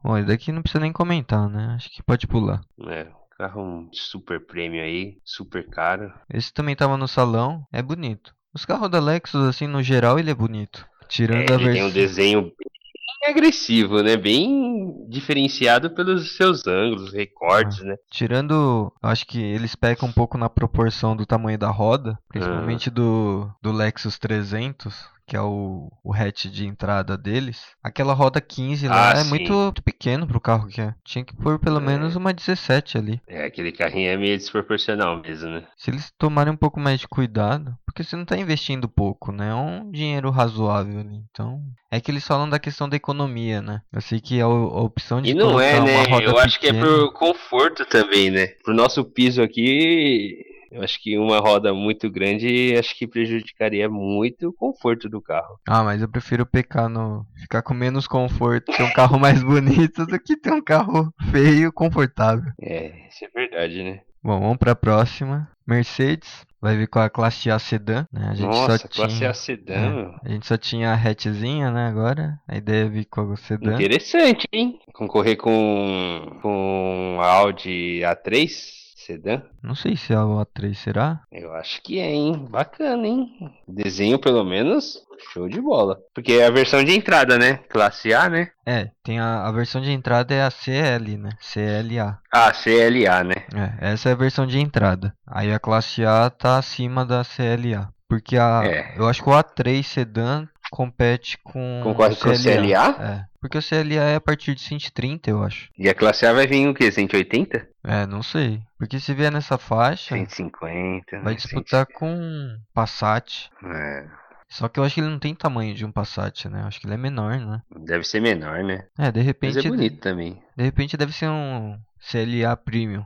[SPEAKER 2] Bom, esse daqui não precisa nem comentar, né? Acho que pode pular.
[SPEAKER 1] É, carro super prêmio aí, super caro.
[SPEAKER 2] Esse também tava no salão, é bonito. Os carros da Lexus, assim, no geral, ele é bonito.
[SPEAKER 1] É,
[SPEAKER 2] Tirando a
[SPEAKER 1] ele tem um
[SPEAKER 2] versão.
[SPEAKER 1] desenho bem agressivo, né? Bem diferenciado pelos seus ângulos,
[SPEAKER 2] Ah.
[SPEAKER 1] recortes, né?
[SPEAKER 2] Tirando. Acho que eles pecam um pouco na proporção do tamanho da roda, principalmente
[SPEAKER 1] É.
[SPEAKER 2] do, do Lexus 300, que é o, o hatch de entrada deles. Aquela roda 15 lá
[SPEAKER 1] Ah,
[SPEAKER 2] é
[SPEAKER 1] sim.
[SPEAKER 2] muito, muito pequeno pro carro que é. Tinha que pôr pelo
[SPEAKER 1] É.
[SPEAKER 2] menos uma 17 ali.
[SPEAKER 1] É, aquele carrinho é meio desproporcional mesmo, né?
[SPEAKER 2] Se eles tomarem um pouco mais de cuidado, porque você não tá investindo pouco, né? É um dinheiro razoável ali. Então. É que eles falam da questão da economia, né? Eu sei que a, o- a opção de
[SPEAKER 1] E não é,
[SPEAKER 2] colocar uma
[SPEAKER 1] né?
[SPEAKER 2] roda
[SPEAKER 1] Eu acho que é
[SPEAKER 2] pequena-
[SPEAKER 1] pro conforto também, né? Pro nosso piso aqui, eu acho que uma roda muito grande acho que prejudicaria muito o conforto do carro.
[SPEAKER 2] Ah, mas eu prefiro pecar no. ficar com menos conforto, ter um carro mais bonito do que ter um carro feio, confortável.
[SPEAKER 1] É, isso é verdade, né?
[SPEAKER 2] Bom, vamos pra próxima. Mercedes vai vir com a classe A sedã, né? A gente só
[SPEAKER 1] Nossa,
[SPEAKER 2] tinha.
[SPEAKER 1] classe A
[SPEAKER 2] É,
[SPEAKER 1] sedã. meu.
[SPEAKER 2] a gente só tinha a hatchzinha, né? Agora a ideia é vir com a sedã.
[SPEAKER 1] Interessante, hein? Concorrer com com a Audi A3 sedã.
[SPEAKER 2] Não sei se é a A3 será.
[SPEAKER 1] Eu acho que é, hein? Bacana, hein? Desenho, pelo menos, show de bola. Porque é a versão de entrada, né? Classe A, né?
[SPEAKER 2] É, tem a, a versão de entrada é a CL, né? CLA.
[SPEAKER 1] Ah, CLA, né?
[SPEAKER 2] É, essa é a versão de entrada. Aí a classe A tá acima da CLA. Porque a.
[SPEAKER 1] É.
[SPEAKER 2] Eu acho que o A3 sedã compete com.
[SPEAKER 1] Concorre
[SPEAKER 2] o
[SPEAKER 1] com o CLA?
[SPEAKER 2] É. Porque o CLA é a partir de 130, eu acho.
[SPEAKER 1] E a classe A vai vir o quê? 180?
[SPEAKER 2] É, não sei. Porque se vier nessa faixa,
[SPEAKER 1] 150.
[SPEAKER 2] vai
[SPEAKER 1] né?
[SPEAKER 2] disputar com um Passat.
[SPEAKER 1] 100. É,
[SPEAKER 2] Só que eu acho que ele não tem tamanho de um Passat, né? Eu acho que ele é menor, né?
[SPEAKER 1] deve ser menor, né?
[SPEAKER 2] É, de
[SPEAKER 1] Mas
[SPEAKER 2] repente.
[SPEAKER 1] é bonito também.
[SPEAKER 2] De repente deve ser um CLA Premium.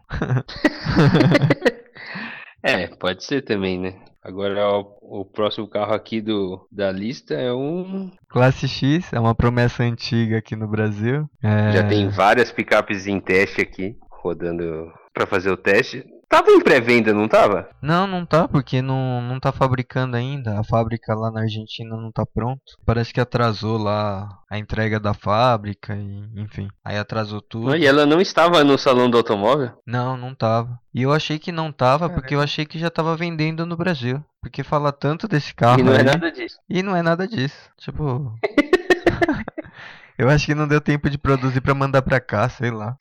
[SPEAKER 1] É, pode ser também, né? Agora o, o próximo carro aqui do, da lista é um.
[SPEAKER 2] Classe X é uma promessa antiga aqui no Brasil. É,
[SPEAKER 1] Já tem várias picapes em teste aqui, rodando pra fazer o teste. Tava em pré-venda, não tava?
[SPEAKER 2] Não, não tá, porque não, não tá fabricando ainda. A fábrica lá na Argentina não tá pronto. Parece que atrasou lá a entrega da fábrica e enfim. Aí atrasou tudo.
[SPEAKER 1] E ela não estava no salão do automóvel?
[SPEAKER 2] Não, não tava. E eu achei que não tava porque eu achei que já tava vendendo no Brasil. Porque fala tanto desse carro
[SPEAKER 1] e não é
[SPEAKER 2] aí,
[SPEAKER 1] nada disso.
[SPEAKER 2] e não é nada disso. Tipo. eu acho que não deu tempo de produzir pra mandar pra cá, sei lá.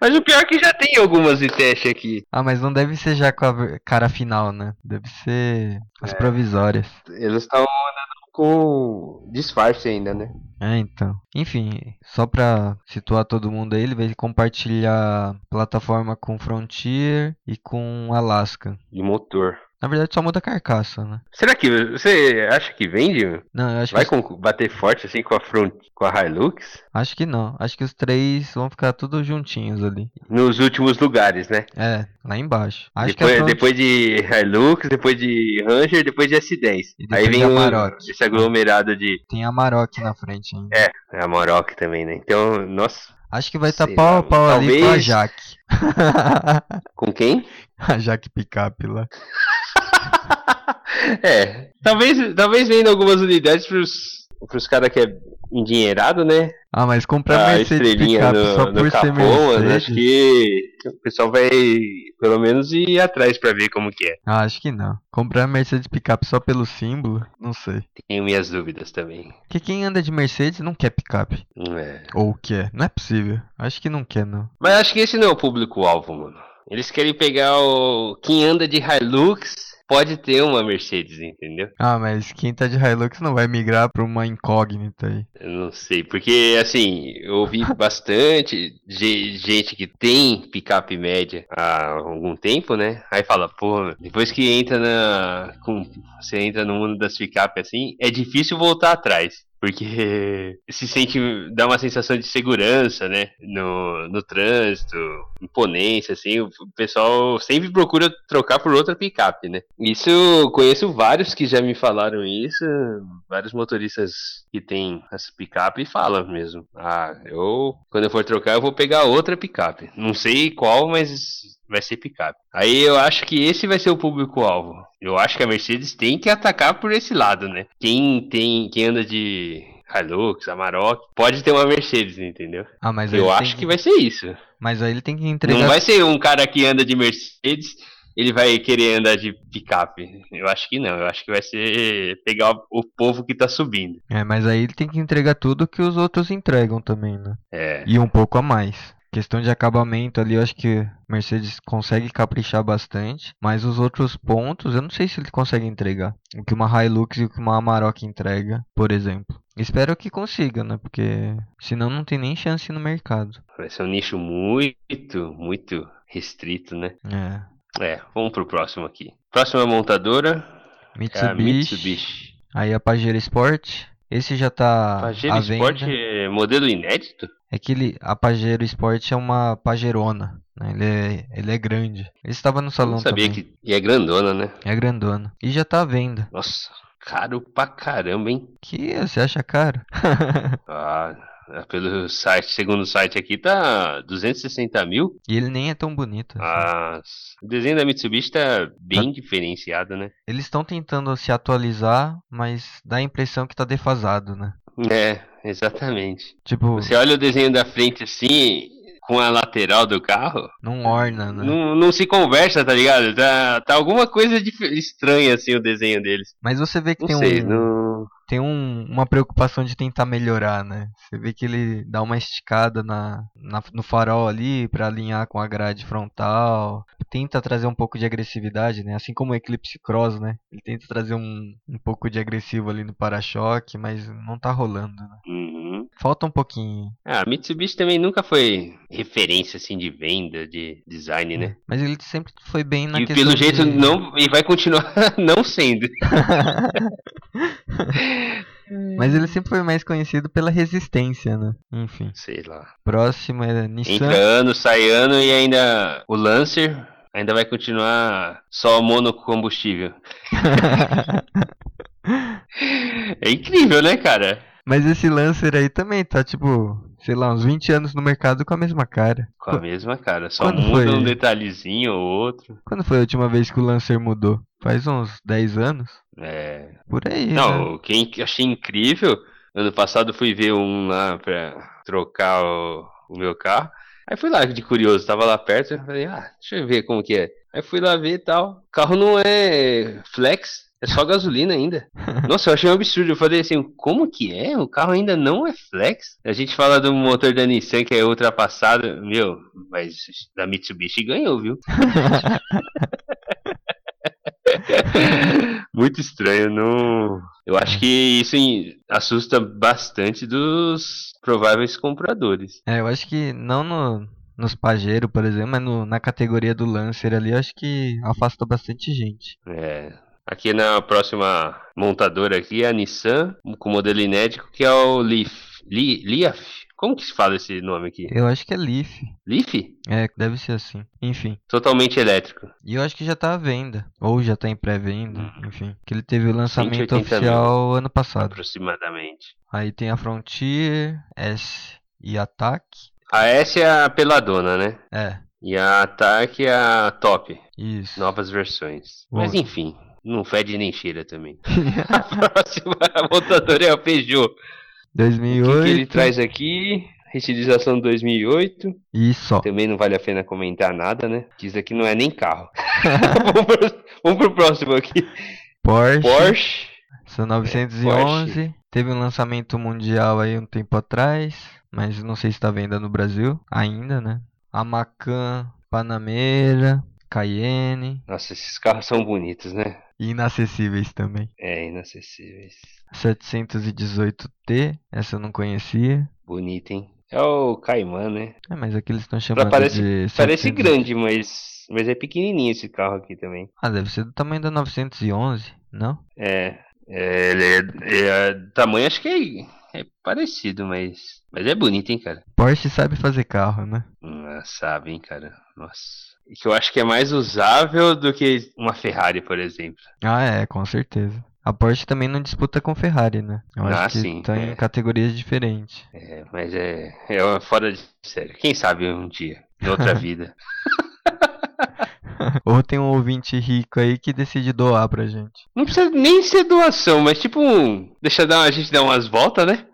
[SPEAKER 1] Mas o pior é que já tem algumas de teste aqui.
[SPEAKER 2] Ah, mas não deve ser já com a ver- cara final, né? Deve ser as
[SPEAKER 1] É.
[SPEAKER 2] provisórias.
[SPEAKER 1] Eles estão andando com disfarce ainda, né?
[SPEAKER 2] É, então. Enfim, só pra situar todo mundo aí, ele vai compartilhar plataforma com Frontier e com Alaska.
[SPEAKER 1] De motor.
[SPEAKER 2] Na verdade só muda a carcaça, né?
[SPEAKER 1] Será que você acha que vende? meu?
[SPEAKER 2] Não, eu acho
[SPEAKER 1] Vai
[SPEAKER 2] que,
[SPEAKER 1] com- bater forte assim com a front, com a Hilux?
[SPEAKER 2] acho que não. Acho que os três vão ficar tudo juntinhos ali.
[SPEAKER 1] Nos últimos lugares, né?
[SPEAKER 2] É, lá embaixo. Acho
[SPEAKER 1] depois,
[SPEAKER 2] que é a Front-
[SPEAKER 1] depois de Hilux, depois de Ranger, depois de S10.
[SPEAKER 2] E
[SPEAKER 1] Aí
[SPEAKER 2] depois
[SPEAKER 1] vem
[SPEAKER 2] de
[SPEAKER 1] o-
[SPEAKER 2] Amarok.
[SPEAKER 1] esse aglomerado de
[SPEAKER 2] tem a Maroc na frente ainda.
[SPEAKER 1] a Maroc também, né? Então, nossa,
[SPEAKER 2] Acho que vai estar
[SPEAKER 1] Sei
[SPEAKER 2] pau a
[SPEAKER 1] lá,
[SPEAKER 2] pau ali com a
[SPEAKER 1] talvez-
[SPEAKER 2] Jaque.
[SPEAKER 1] com quem?
[SPEAKER 2] a Jaque Picape lá.
[SPEAKER 1] é, talvez, talvez venda algumas unidades pros, pros caras que é endinheirado, né?
[SPEAKER 2] Ah, mas comprar
[SPEAKER 1] A
[SPEAKER 2] Mercedes
[SPEAKER 1] estrelinha
[SPEAKER 2] Picape só
[SPEAKER 1] no,
[SPEAKER 2] por
[SPEAKER 1] no
[SPEAKER 2] ser
[SPEAKER 1] capô, né? mano,
[SPEAKER 2] Mercedes.
[SPEAKER 1] acho que o pessoal vai pelo menos ir atrás pra ver como que é.
[SPEAKER 2] Ah, acho que não. Comprar Mercedes Picape só pelo símbolo? Não sei.
[SPEAKER 1] Tenho minhas dúvidas também.
[SPEAKER 2] Porque quem anda de Mercedes não quer picape.
[SPEAKER 1] É.
[SPEAKER 2] Ou quer. Não é possível. Acho que não quer, não.
[SPEAKER 1] Mas acho que esse não é o público-alvo, mano. Eles querem pegar o. Quem anda de Hilux pode ter uma Mercedes, entendeu?
[SPEAKER 2] Ah, mas quem tá de Hilux não vai migrar pra uma incógnita aí.
[SPEAKER 1] Eu não sei, porque assim, eu ouvi bastante de gente que tem picape média há algum tempo, né? Aí fala, pô, depois que entra na. com- você entra no mundo das picape assim, é difícil voltar atrás. Porque se sente. dá uma sensação de segurança, né? No, no trânsito, imponência, assim. O pessoal sempre procura trocar por outra picape, né? Isso, eu conheço vários que já me falaram isso vários motoristas que tem essa picape falam mesmo. Ah, eu quando eu for trocar eu vou pegar outra picape. Não sei qual, mas vai ser picape. Aí eu acho que esse vai ser o público-alvo. Eu acho que a Mercedes tem que atacar por esse lado, né? Quem tem, quem anda de Hilux, Amarok, pode ter uma Mercedes, entendeu?
[SPEAKER 2] Ah, mas aí
[SPEAKER 1] eu
[SPEAKER 2] ele tem
[SPEAKER 1] acho que... vai ser isso.
[SPEAKER 2] Mas aí ele tem que
[SPEAKER 1] Não
[SPEAKER 2] entregar.
[SPEAKER 1] vai ser um cara que anda de Mercedes, ele vai querer andar de picape. Eu acho que não. Eu acho que vai ser pegar o- o povo que tá subindo.
[SPEAKER 2] É, mas aí ele tem que entregar tudo que os outros entregam também, né?
[SPEAKER 1] É.
[SPEAKER 2] E um pouco a mais. Questão de acabamento ali, eu acho que Mercedes consegue caprichar bastante, mas os outros pontos, eu não sei se ele consegue entregar. O que uma Hilux e o que uma Amarok entrega, por exemplo. Espero que consiga, né? Porque senão não tem nem chance no mercado.
[SPEAKER 1] Vai ser um nicho muito, muito restrito, né?
[SPEAKER 2] É.
[SPEAKER 1] É, vamos pro próximo aqui. Próxima montadora é
[SPEAKER 2] Mitsubishi.
[SPEAKER 1] a Mitsubishi.
[SPEAKER 2] Aí a Pajero Sport. Esse já tá
[SPEAKER 1] Pajero
[SPEAKER 2] à venda.
[SPEAKER 1] Sport é modelo inédito?
[SPEAKER 2] É que ele, a Pajero Sport é uma Pajerona, né? Ele é, ele é grande. Ele estava no
[SPEAKER 1] Eu
[SPEAKER 2] salão
[SPEAKER 1] não sabia
[SPEAKER 2] também.
[SPEAKER 1] que. E é grandona, né?
[SPEAKER 2] É grandona. E já tá à venda.
[SPEAKER 1] Nossa, caro pra caramba, hein?
[SPEAKER 2] Que você acha caro?
[SPEAKER 1] Ah, pelo site, segundo o site aqui, tá 260 mil.
[SPEAKER 2] E ele nem é tão bonito. assim.
[SPEAKER 1] Ah, o desenho da Mitsubishi tá bem diferenciado, né?
[SPEAKER 2] Eles estão tentando se atualizar, mas dá a impressão que tá defasado, né?
[SPEAKER 1] É, exatamente.
[SPEAKER 2] Tipo,
[SPEAKER 1] Você olha o desenho da frente assim, com a lateral do carro,
[SPEAKER 2] não orna, né?
[SPEAKER 1] não, não se conversa, tá ligado? Tá, tá alguma coisa dif- estranha assim o desenho deles.
[SPEAKER 2] Mas você vê que
[SPEAKER 1] Não
[SPEAKER 2] tem,
[SPEAKER 1] sei,
[SPEAKER 2] um,
[SPEAKER 1] não.
[SPEAKER 2] tem um- uma preocupação de tentar melhorar, né? Você vê que ele dá uma esticada na, na- no farol ali pra alinhar com a grade frontal. Tenta trazer um pouco de agressividade, né? Assim como o Eclipse Cross, né? Ele tenta trazer um, um pouco de agressivo ali no para-choque, mas não tá rolando. né?
[SPEAKER 1] Uhum.
[SPEAKER 2] Falta um pouquinho.
[SPEAKER 1] Ah, a Mitsubishi também nunca foi referência assim de venda, de design, né?
[SPEAKER 2] Mas ele sempre foi bem na
[SPEAKER 1] E
[SPEAKER 2] questão
[SPEAKER 1] pelo jeito
[SPEAKER 2] de-
[SPEAKER 1] não e vai continuar não sendo.
[SPEAKER 2] Mas ele sempre foi mais conhecido pela resistência, né? Enfim.
[SPEAKER 1] Sei lá.
[SPEAKER 2] Próximo é Nissan.
[SPEAKER 1] Entra ano, sai ano e ainda o Lancer ainda vai continuar só monocombustível. É incrível, né, cara?
[SPEAKER 2] Mas esse Lancer aí também tá, tipo, sei lá, uns 20 anos no mercado com a mesma cara.
[SPEAKER 1] Com a mesma cara, só
[SPEAKER 2] Quando
[SPEAKER 1] muda
[SPEAKER 2] foi?
[SPEAKER 1] um detalhezinho ou outro.
[SPEAKER 2] Quando foi a última vez que o Lancer mudou? Faz uns 10 anos?
[SPEAKER 1] É...
[SPEAKER 2] Por aí, né?
[SPEAKER 1] Não, o que é eu achei incrível, ano passado eu fui ver um lá pra trocar o, o meu carro. Aí fui lá de curioso, tava lá perto, eu falei, ah, deixa eu ver como que é. Aí fui lá ver e tal. O carro não é flex, é só gasolina ainda. Nossa, eu achei um absurdo. Eu falei assim, como que é? O carro ainda não é flex? A gente fala do motor da Nissan que é ultrapassado, meu, mas da Mitsubishi ganhou, viu? Muito estranho, não. Eu acho que isso em- assusta bastante dos prováveis compradores.
[SPEAKER 2] É, eu acho que não no, nos Pajero, por exemplo, mas no- na categoria do Lancer ali, eu acho que afasta bastante gente.
[SPEAKER 1] É. Aqui na próxima montadora aqui é a Nissan, com modelo inédito, que é o Leaf. Li, Leaf? Como que se fala esse nome aqui?
[SPEAKER 2] Eu acho que é Leaf.
[SPEAKER 1] Leaf?
[SPEAKER 2] É, deve ser assim. Enfim.
[SPEAKER 1] Totalmente elétrico.
[SPEAKER 2] E eu acho que já tá à venda. Ou já tá em pré-venda,
[SPEAKER 1] Uhum.
[SPEAKER 2] enfim. Que ele teve o lançamento
[SPEAKER 1] 180 mil.
[SPEAKER 2] oficial ano passado.
[SPEAKER 1] Aproximadamente.
[SPEAKER 2] Aí tem a Frontier, S e Ataque.
[SPEAKER 1] A S é a peladona, né?
[SPEAKER 2] É,
[SPEAKER 1] E a Attack é a top.
[SPEAKER 2] isso.
[SPEAKER 1] Novas versões.
[SPEAKER 2] Boa.
[SPEAKER 1] Mas enfim, não fede nem cheira também. a próxima montadora é a Peugeot. O
[SPEAKER 2] 2008.
[SPEAKER 1] que que ele traz aqui? Restilização 2008.
[SPEAKER 2] E só.
[SPEAKER 1] Também não vale a pena comentar nada, né? Diz aqui não é nem carro. vamos, pro, vamos pro próximo aqui.
[SPEAKER 2] Porsche.
[SPEAKER 1] Porsche. é,
[SPEAKER 2] São 911. Teve um lançamento mundial aí um tempo atrás. Mas não sei se tá à venda no Brasil ainda, né? A Macan, Panamera, Cayenne.
[SPEAKER 1] Nossa, esses carros são bonitos, né?
[SPEAKER 2] E inacessíveis também.
[SPEAKER 1] É, inacessíveis.
[SPEAKER 2] 718T, essa eu não conhecia.
[SPEAKER 1] Bonito, hein? É o Cayman, né?
[SPEAKER 2] É, mas aqui eles estão chamando
[SPEAKER 1] parece-
[SPEAKER 2] de...
[SPEAKER 1] Parece
[SPEAKER 2] 700.
[SPEAKER 1] grande, mas, mas é pequenininho esse carro aqui também.
[SPEAKER 2] Ah, deve ser do tamanho da 911, não?
[SPEAKER 1] É. é, ele é, é, é, tamanho acho que é, é parecido, mas. Mas é bonito, hein, cara?
[SPEAKER 2] Porsche sabe fazer carro, né?
[SPEAKER 1] Hum, ah, sabe, hein, cara? Nossa. E Que eu acho que é mais usável do que uma Ferrari, por exemplo.
[SPEAKER 2] Ah, é, com certeza. A Porsche também não disputa com Ferrari, né? Eu
[SPEAKER 1] Ah,
[SPEAKER 2] acho que
[SPEAKER 1] sim,
[SPEAKER 2] tá
[SPEAKER 1] é.
[SPEAKER 2] em categorias diferentes.
[SPEAKER 1] É, mas é, é fora de sério. Quem sabe um dia, em outra vida.
[SPEAKER 2] Ou tem um ouvinte rico aí que decide doar pra gente.
[SPEAKER 1] Não precisa nem ser doação, mas tipo um. Deixa dar, a gente dar umas voltas, né?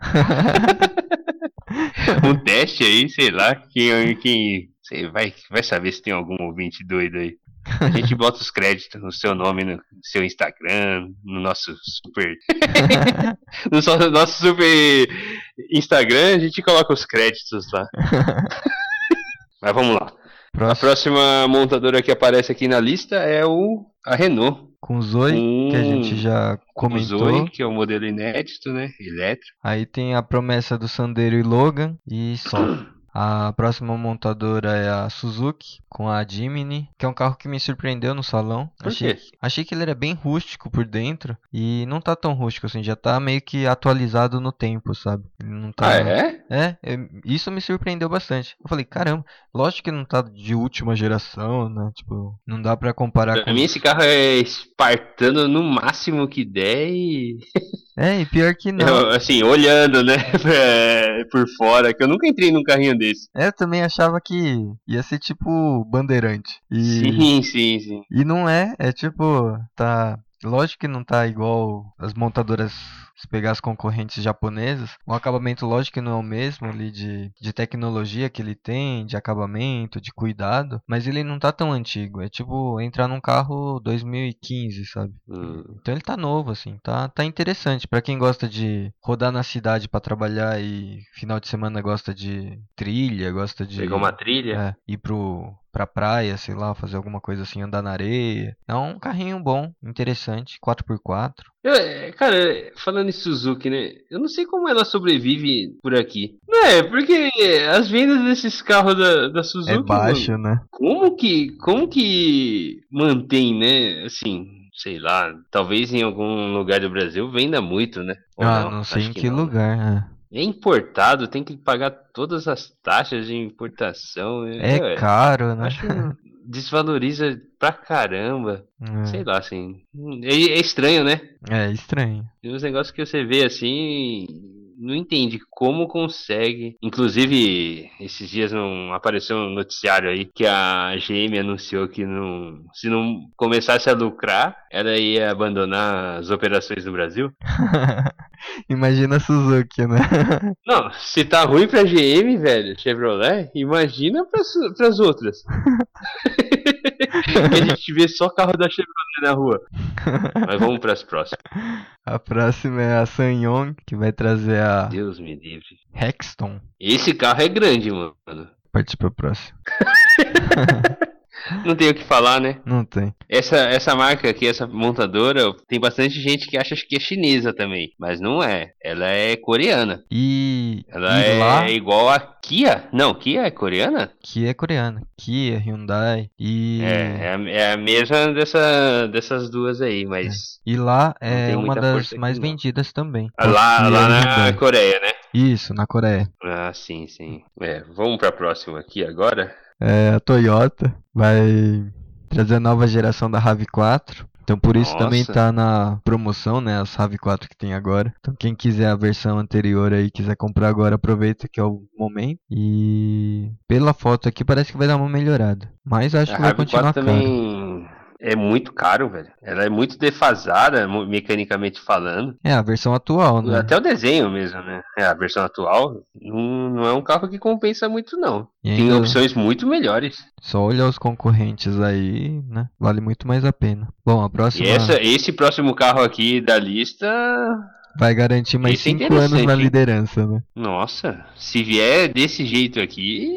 [SPEAKER 1] um teste aí, sei lá. Quem. quem sei, vai, vai saber se tem algum ouvinte doido aí. A gente bota os créditos no seu nome, no seu Instagram, no nosso super. no só- no nosso super Instagram, a gente coloca os créditos lá. Mas vamos lá. A
[SPEAKER 2] Próximo
[SPEAKER 1] próxima montadora que aparece aqui na lista é o a Renault.
[SPEAKER 2] com o Zoe, que a gente
[SPEAKER 1] Hum,
[SPEAKER 2] já
[SPEAKER 1] o
[SPEAKER 2] comentou.
[SPEAKER 1] Zoe, que é um modelo inédito, né? Elétrico.
[SPEAKER 2] Aí tem a promessa do Sandero e Logan e só. A próxima montadora é a Suzuki com a Jimny, que é um carro que me surpreendeu no salão.
[SPEAKER 1] Por
[SPEAKER 2] achei,
[SPEAKER 1] quê?
[SPEAKER 2] achei que ele era bem rústico por dentro e não tá tão rústico assim, já tá meio que atualizado no tempo, sabe? Ele não tá
[SPEAKER 1] Ah, é?
[SPEAKER 2] É, eu- isso me surpreendeu bastante. Eu falei, caramba, lógico que não tá de última geração, né? Tipo, não dá pra comparar
[SPEAKER 1] Pra
[SPEAKER 2] com.
[SPEAKER 1] mim esse carro é espartano no máximo que der e.
[SPEAKER 2] É, e pior que não.
[SPEAKER 1] Eu, assim, olhando, né? é, Por fora, que eu nunca entrei num carrinho desse.
[SPEAKER 2] É, Eu também achava que ia ser tipo bandeirante. E,
[SPEAKER 1] Sim, sim, sim.
[SPEAKER 2] e não é, é tipo, tá. Lógico que não tá igual as montadoras. Se pegar as concorrentes japonesas, o acabamento lógico que não é o mesmo ali de, de tecnologia que ele tem, de acabamento, de cuidado, mas ele não tá tão antigo. É tipo entrar num carro 2015, sabe?
[SPEAKER 1] Hum,
[SPEAKER 2] Então ele tá novo, assim, tá, tá interessante. Pra quem gosta de rodar na cidade pra trabalhar e final de semana gosta de trilha, gosta de
[SPEAKER 1] Pegou uma trilha.
[SPEAKER 2] é, ir pro, pra praia, sei lá, fazer alguma coisa assim, andar na areia. É um carrinho bom, interessante, 4x4.
[SPEAKER 1] Eu, é, cara, é, falando em Suzuki, né? Eu não sei como ela sobrevive por aqui. Não é, porque as vendas desses carros da, da Suzuki.
[SPEAKER 2] É
[SPEAKER 1] mano,
[SPEAKER 2] baixo, né?
[SPEAKER 1] como que, como que mantém, né? Assim, sei lá. Talvez em algum lugar do Brasil venda muito, né? Ou
[SPEAKER 2] ah, não, sei
[SPEAKER 1] acho
[SPEAKER 2] em que,
[SPEAKER 1] não, né?
[SPEAKER 2] lugar, né?
[SPEAKER 1] É importado, tem que pagar todas as taxas de importação.
[SPEAKER 2] É,
[SPEAKER 1] eu- eu
[SPEAKER 2] caro, né?
[SPEAKER 1] Acho que desvaloriza pra caramba.
[SPEAKER 2] É,
[SPEAKER 1] Sei lá, assim. É- é estranho, né?
[SPEAKER 2] é estranho.
[SPEAKER 1] Tem uns negócios que você vê assim, não entende como consegue. Inclusive, esses dias não apareceu um noticiário aí que a GM anunciou que não, se não começasse a lucrar, ela ia abandonar as operações no Brasil.
[SPEAKER 2] Imagina a Suzuki, né?
[SPEAKER 1] Não, se tá ruim pra GM, velho, Chevrolet, imagina pras, pras outras. que a gente vê só carro da Chevrolet na rua. Mas vamos pras próximas.
[SPEAKER 2] A próxima é a Sanyong, que vai trazer a
[SPEAKER 1] Deus me livre.
[SPEAKER 2] Hexton.
[SPEAKER 1] Esse carro é grande, mano.
[SPEAKER 2] Partir pra próxima.
[SPEAKER 1] Não tem o que falar, né?
[SPEAKER 2] Não tem.
[SPEAKER 1] Essa, essa marca aqui, essa montadora, tem bastante gente que acha que é chinesa também. Mas não é. Ela é coreana.
[SPEAKER 2] E,
[SPEAKER 1] Ela
[SPEAKER 2] e
[SPEAKER 1] é
[SPEAKER 2] lá,
[SPEAKER 1] igual a Kia. Não, Kia é coreana?
[SPEAKER 2] que é coreana. Kia, Hyundai. E,
[SPEAKER 1] É, é, a, é a mesma dessa, dessas duas aí, mas.
[SPEAKER 2] e lá é
[SPEAKER 1] tem
[SPEAKER 2] uma
[SPEAKER 1] muita
[SPEAKER 2] das
[SPEAKER 1] força aqui,
[SPEAKER 2] mais
[SPEAKER 1] não. Ah,
[SPEAKER 2] vendidas também.
[SPEAKER 1] Lá,
[SPEAKER 2] Kia
[SPEAKER 1] lá
[SPEAKER 2] Hyundai.
[SPEAKER 1] na Coreia, né?
[SPEAKER 2] Isso, na Coreia.
[SPEAKER 1] Ah, sim, sim. É, vamos pra próxima aqui agora.
[SPEAKER 2] É, a Toyota vai trazer a nova geração da RAV4. Então por isso também
[SPEAKER 1] Nossa.
[SPEAKER 2] tá na promoção, né? As RAV4 que tem agora. Então quem quiser a versão anterior aí, quiser comprar agora, aproveita que é o momento. E pela foto aqui parece que vai dar uma melhorada. Mas acho
[SPEAKER 1] A
[SPEAKER 2] que vai continuar
[SPEAKER 1] RAV4
[SPEAKER 2] caro.
[SPEAKER 1] também é muito caro, velho. Ela é muito defasada, mo- mecanicamente falando.
[SPEAKER 2] É, a versão atual, né?
[SPEAKER 1] Até o desenho mesmo, né? É, a versão atual não, não é um carro que compensa muito, não.
[SPEAKER 2] E
[SPEAKER 1] Tem
[SPEAKER 2] ainda
[SPEAKER 1] opções muito melhores.
[SPEAKER 2] só olhar os concorrentes aí, né? Vale muito mais a pena. Bom, a
[SPEAKER 1] E
[SPEAKER 2] próxima
[SPEAKER 1] essa, esse é próximo carro aqui da lista,
[SPEAKER 2] vai garantir mais
[SPEAKER 1] Esse é
[SPEAKER 2] 5 anos na
[SPEAKER 1] interessante, hein?
[SPEAKER 2] liderança, né?
[SPEAKER 1] nossa, se vier desse jeito aqui,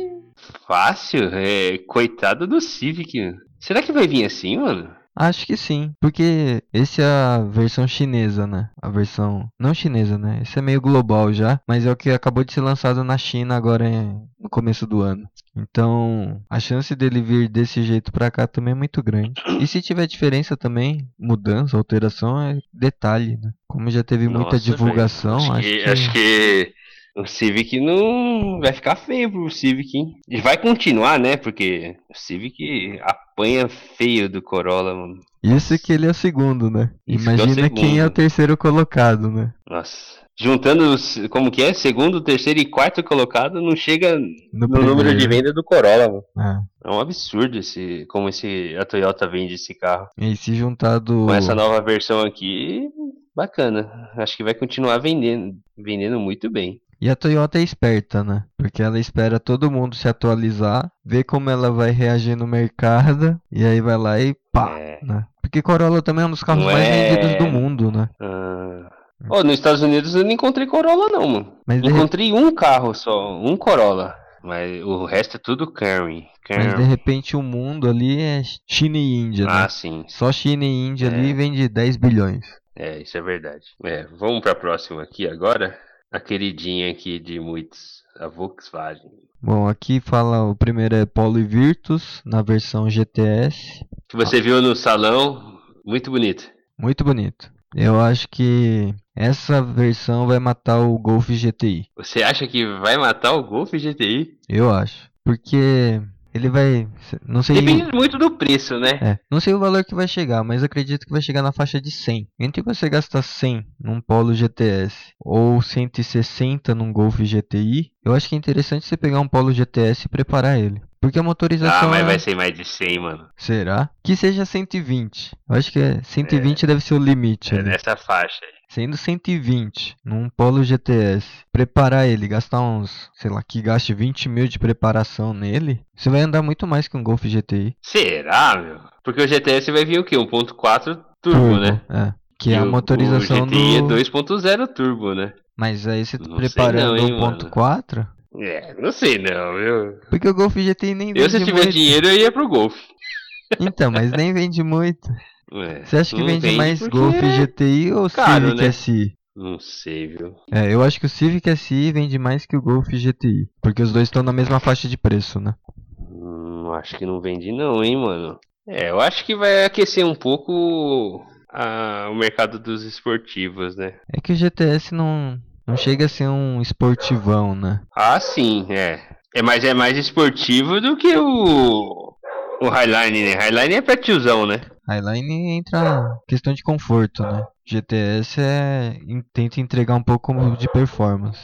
[SPEAKER 1] fácil. É, coitado do Civic. Será que vai vir assim, mano?
[SPEAKER 2] Acho que sim, porque esse é a versão chinesa, né? A versão não chinesa, né? Esse é meio global já, mas é o que acabou de ser lançado na China agora em- no começo do ano. Então, a chance dele vir desse jeito pra cá também é muito grande. E se tiver diferença também, mudança, alteração é detalhe, né? Como já teve muita
[SPEAKER 1] Nossa, velho.
[SPEAKER 2] divulgação,
[SPEAKER 1] acho,
[SPEAKER 2] acho
[SPEAKER 1] que, acho que o Civic não vai ficar feio pro Civic, hein? E vai continuar, né? Porque o Civic apanha feio do Corolla, mano.
[SPEAKER 2] Isso que ele é o segundo, né?
[SPEAKER 1] Isso que é o
[SPEAKER 2] Imagina quem é o
[SPEAKER 1] segundo.
[SPEAKER 2] terceiro colocado, né?
[SPEAKER 1] Nossa. Juntando, os- como que é? Segundo, terceiro e quarto colocado, não chega no
[SPEAKER 2] No,
[SPEAKER 1] número de
[SPEAKER 2] primeiro.
[SPEAKER 1] venda do Corolla, mano.
[SPEAKER 2] É.
[SPEAKER 1] É um absurdo esse, como esse, a Toyota vende esse carro.
[SPEAKER 2] E se juntar do.
[SPEAKER 1] Com essa nova versão aqui, bacana. Acho que vai continuar vendendo, vendendo muito bem.
[SPEAKER 2] E a Toyota é esperta, né? Porque ela espera todo mundo se atualizar, ver como ela vai reagir no mercado, e aí vai lá e pá,
[SPEAKER 1] É.
[SPEAKER 2] né? Porque Corolla também é um dos carros
[SPEAKER 1] Não
[SPEAKER 2] mais
[SPEAKER 1] é-
[SPEAKER 2] vendidos do mundo, né?
[SPEAKER 1] Ah. Ô, nos Estados Unidos eu não encontrei Corolla, não, mano.
[SPEAKER 2] Mas de, re-
[SPEAKER 1] Encontrei um carro só, um Corolla. Mas o resto é tudo Camry.
[SPEAKER 2] mas de
[SPEAKER 1] Camry.
[SPEAKER 2] repente o mundo ali é China e Índia, né?
[SPEAKER 1] Ah, sim.
[SPEAKER 2] Só China e Índia
[SPEAKER 1] É.
[SPEAKER 2] ali vende 10 bilhões.
[SPEAKER 1] É, isso é verdade. É, vamos pra próxima aqui agora. A queridinha aqui de muitos. A Volkswagen.
[SPEAKER 2] Bom, aqui fala o primeiro é Polo e Virtus, na versão GTS.
[SPEAKER 1] Que você viu no salão. Muito bonito.
[SPEAKER 2] Muito bonito. Eu acho que essa versão vai matar o Golf GTI.
[SPEAKER 1] Você acha que vai matar o Golf GTI?
[SPEAKER 2] Eu acho. Porque ele vai. Não sei.
[SPEAKER 1] Depende muito do preço, né?
[SPEAKER 2] É, não sei o valor que vai chegar, mas acredito que vai chegar na faixa de 100. Entre você gastar 100 num Polo GTS ou 160 num Golf GTI, eu acho que é interessante você pegar um Polo GTS e preparar ele. Porque a
[SPEAKER 1] Ah,
[SPEAKER 2] motorização.
[SPEAKER 1] mas
[SPEAKER 2] é-
[SPEAKER 1] vai ser mais de 100, mano.
[SPEAKER 2] Será? Que seja 120. Eu acho que é 120 deve ser o limite.
[SPEAKER 1] É
[SPEAKER 2] ali.
[SPEAKER 1] nessa faixa. aí.
[SPEAKER 2] Sendo 120 num Polo GTS, preparar ele, gastar uns, sei lá, que gaste 20 mil de preparação nele, você vai andar muito mais que um Golf GTI.
[SPEAKER 1] Será, meu? Porque o GTS vai vir o quê? 1.4 turbo, né?
[SPEAKER 2] É. Que é
[SPEAKER 1] E
[SPEAKER 2] a
[SPEAKER 1] o-
[SPEAKER 2] motorização
[SPEAKER 1] o GTI
[SPEAKER 2] do.
[SPEAKER 1] é 2.0 turbo, né?
[SPEAKER 2] Mas aí você
[SPEAKER 1] Não sei
[SPEAKER 2] preparando
[SPEAKER 1] não, hein,
[SPEAKER 2] 1.4?
[SPEAKER 1] É, não sei não, viu?
[SPEAKER 2] Porque o Golf GTI nem
[SPEAKER 1] Eu
[SPEAKER 2] vende
[SPEAKER 1] se eu
[SPEAKER 2] muito.
[SPEAKER 1] tivesse dinheiro eu ia pro Golf.
[SPEAKER 2] Então, mas nem vende muito.
[SPEAKER 1] É,
[SPEAKER 2] Você acha que
[SPEAKER 1] não
[SPEAKER 2] vende mais
[SPEAKER 1] porque
[SPEAKER 2] Golf
[SPEAKER 1] é
[SPEAKER 2] GTI ou
[SPEAKER 1] caro,
[SPEAKER 2] Civic
[SPEAKER 1] né?
[SPEAKER 2] SI?
[SPEAKER 1] Não sei, viu?
[SPEAKER 2] É, eu acho que o Civic SI vende mais que o Golf GTI. Porque os dois estão na mesma faixa de preço, né?
[SPEAKER 1] Hum, acho que não vende não, hein, mano? É, eu acho que vai aquecer um pouco a- o mercado dos esportivos, né?
[SPEAKER 2] É que o GTS não, não chega a ser um esportivão, né?
[SPEAKER 1] Ah, sim, é. é. Mas é mais esportivo do que o, o Highline, né? Highline é pra tiozão, né?
[SPEAKER 2] Highline entra questão de conforto, né? GTS é, em- tenta entregar um pouco de performance.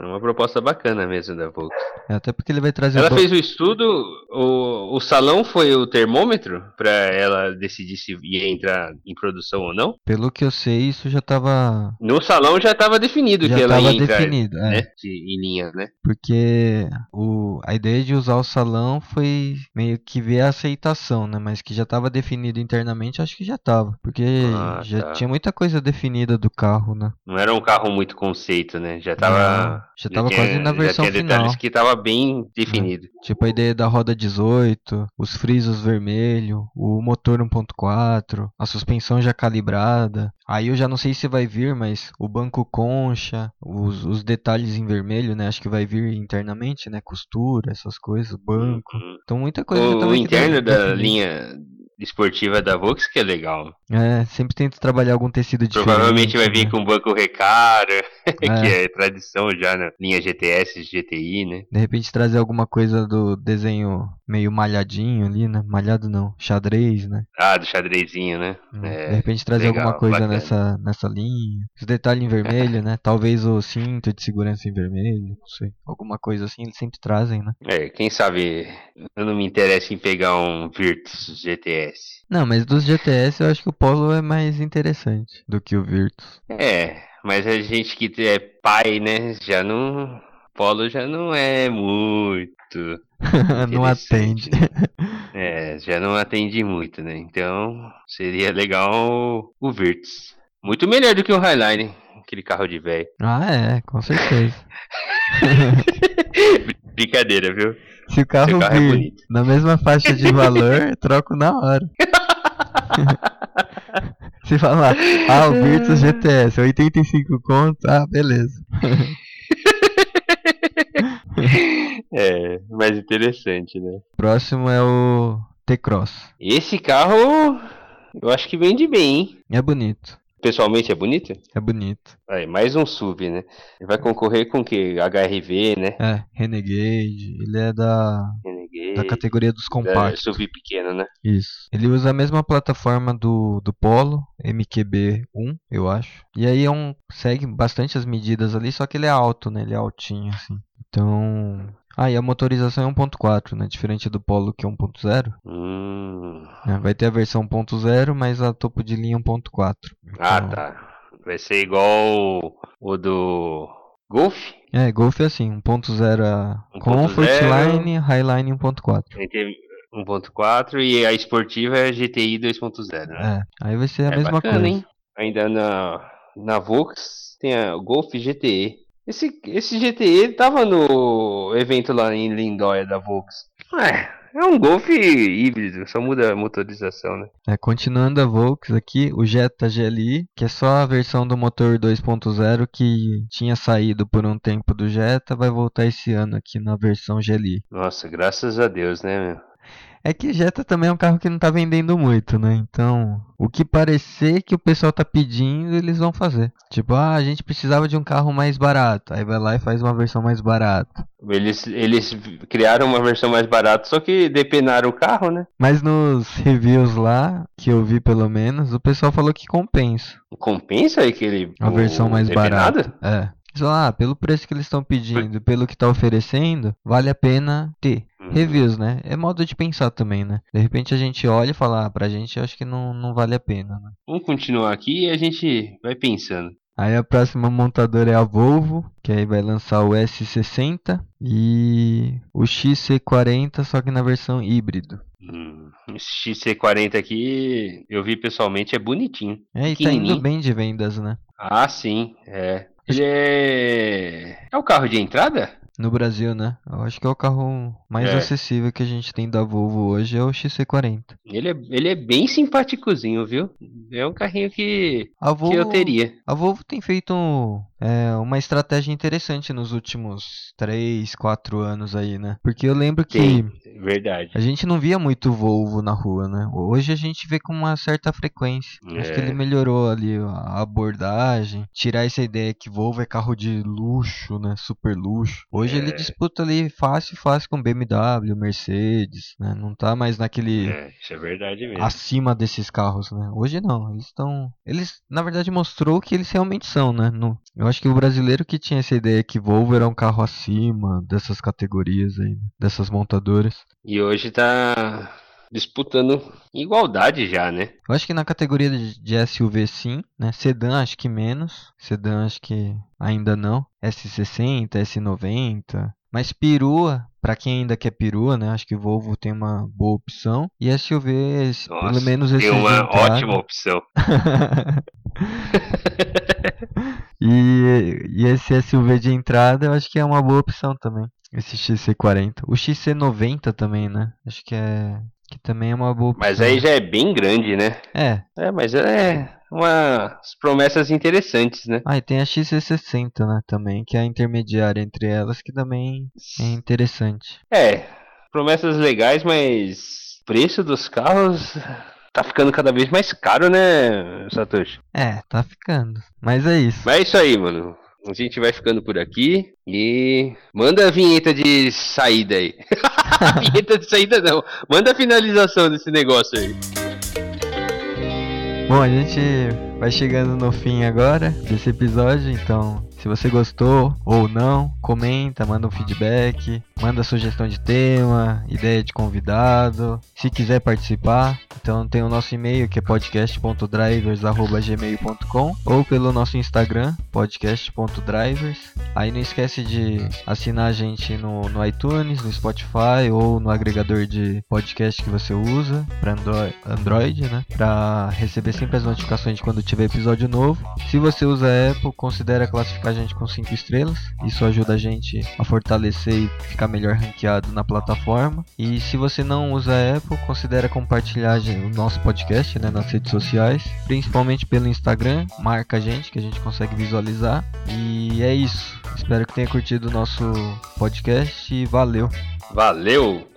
[SPEAKER 1] É uma proposta bacana mesmo da Volkswagen.
[SPEAKER 2] É, Até porque ele vai trazer
[SPEAKER 1] Ela
[SPEAKER 2] do-
[SPEAKER 1] fez o estudo, o, o salão foi o termômetro pra ela decidir se ia entrar em produção ou não.
[SPEAKER 2] Pelo que eu sei, isso já tava,
[SPEAKER 1] No salão já estava definido
[SPEAKER 2] já
[SPEAKER 1] que ela
[SPEAKER 2] tava
[SPEAKER 1] ia entrar
[SPEAKER 2] definido. é.
[SPEAKER 1] né, de- em linha, né?
[SPEAKER 2] Porque o, a ideia de usar o salão foi meio que ver a aceitação, né? Mas que já estava definido internamente, acho que já estava. Porque
[SPEAKER 1] Ah,
[SPEAKER 2] já
[SPEAKER 1] tá.
[SPEAKER 2] tinha muita coisa definida do carro, né?
[SPEAKER 1] Não era um carro muito conceito, né? Já tava.
[SPEAKER 2] Já tava quase na versão
[SPEAKER 1] já tinha
[SPEAKER 2] final.
[SPEAKER 1] detalhes que tava bem definido.
[SPEAKER 2] Tipo a ideia da roda 18, os frisos vermelho, o motor 1.4, a suspensão já calibrada. Aí eu já não sei se vai vir, mas o banco concha, os, os detalhes em vermelho, né? Acho que vai vir internamente, né? Costura, essas coisas, banco.
[SPEAKER 1] Uhum.
[SPEAKER 2] Então muita coisa. já
[SPEAKER 1] O,
[SPEAKER 2] tá
[SPEAKER 1] o
[SPEAKER 2] meio que
[SPEAKER 1] interno da
[SPEAKER 2] definida.
[SPEAKER 1] linha esportiva da Vox que é legal.
[SPEAKER 2] É, sempre tento trabalhar algum tecido diferente.
[SPEAKER 1] Provavelmente vai
[SPEAKER 2] né?
[SPEAKER 1] vir com um banco recaro, que
[SPEAKER 2] É.
[SPEAKER 1] é tradição já na linha GTS, GTI, né?
[SPEAKER 2] De repente trazer alguma coisa do desenho meio malhadinho ali, né? Malhado não, xadrez, né?
[SPEAKER 1] Ah, do xadrezinho, né? É,
[SPEAKER 2] de repente trazer
[SPEAKER 1] legal,
[SPEAKER 2] alguma coisa
[SPEAKER 1] bacana.
[SPEAKER 2] nessa, nessa linha. Os detalhes em vermelho, né? Talvez o cinto de segurança em vermelho, não sei. Alguma coisa assim, eles sempre trazem, né?
[SPEAKER 1] É, quem sabe eu não me interesso em pegar um Virtus GTS.
[SPEAKER 2] Não, mas dos GTS eu acho que o Polo é mais interessante do que o Virtus.
[SPEAKER 1] É, mas a gente que é pai, né? Já não. Polo já não é muito.
[SPEAKER 2] não atende.
[SPEAKER 1] interessante, né? É, já não atende muito, né? Então seria legal o Virtus. Muito melhor do que o Highline, aquele carro de velho.
[SPEAKER 2] Ah, é, com certeza.
[SPEAKER 1] Brincadeira, viu?
[SPEAKER 2] Se o carro,
[SPEAKER 1] Seu carro é
[SPEAKER 2] vir
[SPEAKER 1] bonito.
[SPEAKER 2] na mesma faixa de valor, troco na hora. Se falar, ah, o Virtus GTS, 85 conto, ah, beleza.
[SPEAKER 1] É, mais interessante, né?
[SPEAKER 2] Próximo é o T-Cross.
[SPEAKER 1] Esse carro eu acho que vende bem, hein?
[SPEAKER 2] É bonito,
[SPEAKER 1] Pessoalmente é bonito?
[SPEAKER 2] é bonito.
[SPEAKER 1] Aí, mais um sub, né? Ele vai concorrer com o que? HRV, né?
[SPEAKER 2] É, Renegade, ele é da,
[SPEAKER 1] Renegade.
[SPEAKER 2] da categoria dos
[SPEAKER 1] da
[SPEAKER 2] compactos.
[SPEAKER 1] SUV pequeno, né?
[SPEAKER 2] Isso. Ele usa a mesma plataforma do, do Polo, MQB1, eu acho. E aí é um. segue bastante as medidas ali, só que ele é alto, né? Ele é altinho, assim. Então. Ah, e a motorização é 1.4, né? Diferente do Polo que é 1.0.
[SPEAKER 1] Hum.
[SPEAKER 2] né? Vai ter a versão 1.0, mas a topo de linha é 1.4.
[SPEAKER 1] Ah,
[SPEAKER 2] Então,
[SPEAKER 1] tá. Vai ser igual o, o do Golf.
[SPEAKER 2] É, Golf é assim, 1.0 é
[SPEAKER 1] 1.0.
[SPEAKER 2] Comfortline, Highline 1.4.
[SPEAKER 1] Ele teve 1.4 e a esportiva é GTI 2.0. Né?
[SPEAKER 2] É, aí vai ser a
[SPEAKER 1] É
[SPEAKER 2] mesma
[SPEAKER 1] bacana,
[SPEAKER 2] coisa.
[SPEAKER 1] hein? Ainda na, na Vox tem a Golf GTE. Esse, esse GTE tava no evento lá em Lindóia da Vox. É, é um Golf híbrido, só muda a motorização, né?
[SPEAKER 2] É, continuando a Volks aqui, o Jetta GLI, que é só a versão do motor 2.0 que tinha saído por um tempo do Jetta, vai voltar esse ano aqui na versão GLI.
[SPEAKER 1] Nossa, graças a Deus, né, meu?
[SPEAKER 2] É que Jetta também é um carro que não tá vendendo muito, né? Então, o que parecer que o pessoal tá pedindo, eles vão fazer. Tipo, ah, a gente precisava de um carro mais barato. Aí vai lá e faz uma versão mais barata.
[SPEAKER 1] Eles, eles criaram uma versão mais barata, só que depenaram o carro, né?
[SPEAKER 2] Mas nos reviews lá, que eu vi pelo menos, o pessoal falou que compensa
[SPEAKER 1] Compensa aquele.
[SPEAKER 2] a
[SPEAKER 1] o
[SPEAKER 2] versão mais
[SPEAKER 1] depenado?
[SPEAKER 2] barata. É. Só, ah, pelo preço que eles estão pedindo, pelo que tá oferecendo, vale a pena ter.
[SPEAKER 1] Uhum.
[SPEAKER 2] Reviews, né? É modo de pensar também, né? De repente a gente olha e fala, ah, pra gente eu acho que não, não vale a pena, né?
[SPEAKER 1] Vamos continuar aqui e a gente vai pensando.
[SPEAKER 2] Aí a próxima montadora é a Volvo, que aí vai lançar o S60 e o XC40, só que na versão híbrido.
[SPEAKER 1] Hum, esse XC40 aqui, eu vi pessoalmente, é bonitinho.
[SPEAKER 2] É, e tá indo
[SPEAKER 1] Pequenininho.
[SPEAKER 2] bem de vendas, né?
[SPEAKER 1] Ah, sim, é. Ele é. É o carro de entrada?
[SPEAKER 2] No Brasil, né? Eu acho que é o carro mais
[SPEAKER 1] É.
[SPEAKER 2] acessível que a gente tem da Volvo hoje é o XC40.
[SPEAKER 1] Ele é, ele é bem simpáticozinho, viu? É um carrinho que,
[SPEAKER 2] A
[SPEAKER 1] que eu
[SPEAKER 2] Volvo,
[SPEAKER 1] teria.
[SPEAKER 2] a Volvo tem feito é, uma estratégia interessante nos últimos 3, 4 anos aí, né? Porque eu lembro que
[SPEAKER 1] Sim, verdade.
[SPEAKER 2] a gente não via muito Volvo na rua, né? Hoje a gente vê com uma certa frequência. Acho que
[SPEAKER 1] É.
[SPEAKER 2] ele melhorou ali a abordagem, tirar essa ideia que Volvo é carro de luxo, né? Super luxo. Hoje ele
[SPEAKER 1] É.
[SPEAKER 2] disputa ali fácil, fácil com BMW, Mercedes, né? Não tá mais naquele
[SPEAKER 1] É, isso é verdade mesmo.
[SPEAKER 2] acima desses carros, né? Hoje não, eles estão, eles na verdade mostrou o que eles realmente são, né? No- eu acho que o brasileiro que tinha essa ideia que Volvo era um carro acima dessas categorias aí, né? dessas montadoras.
[SPEAKER 1] E hoje tá disputando igualdade já, né?
[SPEAKER 2] Eu acho que na categoria de de SUV sim, né? Sedã acho que menos, sedã acho que ainda não. S60, S90, mas perua Pra quem ainda quer perua, né? Acho que Volvo tem uma boa opção. E SUV, esse-
[SPEAKER 1] Nossa, é
[SPEAKER 2] pelo menos esse
[SPEAKER 1] Tem
[SPEAKER 2] de
[SPEAKER 1] uma
[SPEAKER 2] entrada-
[SPEAKER 1] ótima opção.
[SPEAKER 2] E, e esse SUV de entrada eu acho que é uma boa opção também. Esse XC40. O XC90 também, né? Acho que é. Que também é uma boa opção.
[SPEAKER 1] Mas aí já é bem grande, né?
[SPEAKER 2] É.
[SPEAKER 1] É, mas é umas promessas interessantes, né?
[SPEAKER 2] Ah, e tem a XC60, né? Também, que é a intermediária entre elas, que também é interessante.
[SPEAKER 1] É, promessas legais, mas preço dos carros tá ficando cada vez mais caro, né, Satoshi?
[SPEAKER 2] É, tá ficando. Mas é isso.
[SPEAKER 1] Mas é isso aí, mano. A gente vai ficando por aqui e manda a vinheta de saída aí. vinheta de saída não. Manda a finalização desse negócio aí.
[SPEAKER 2] Bom, a gente vai chegando no fim agora desse episódio, então se você gostou ou não, comenta, manda um feedback, manda sugestão de tema, ideia de convidado, se quiser participar, então tem o nosso e-mail que é podcast.drivers@gmail.com ou pelo nosso Instagram podcast.drivers. Aí não esquece de assinar a gente no, no iTunes, no Spotify ou no agregador de podcast que você usa para Android, Android, né? Para receber sempre as notificações de quando tiver episódio novo. Se você usa Apple, considera classificar a gente com 5 estrelas. Isso ajuda a gente a fortalecer e ficar melhor ranqueado na plataforma. E se você não usa Apple, considera compartilhar a gen- o nosso podcast né, nas redes sociais, principalmente pelo Instagram. Marca a gente que a gente consegue visualizar. E é isso. Espero que tenha curtido o nosso podcast e valeu.
[SPEAKER 1] Valeu!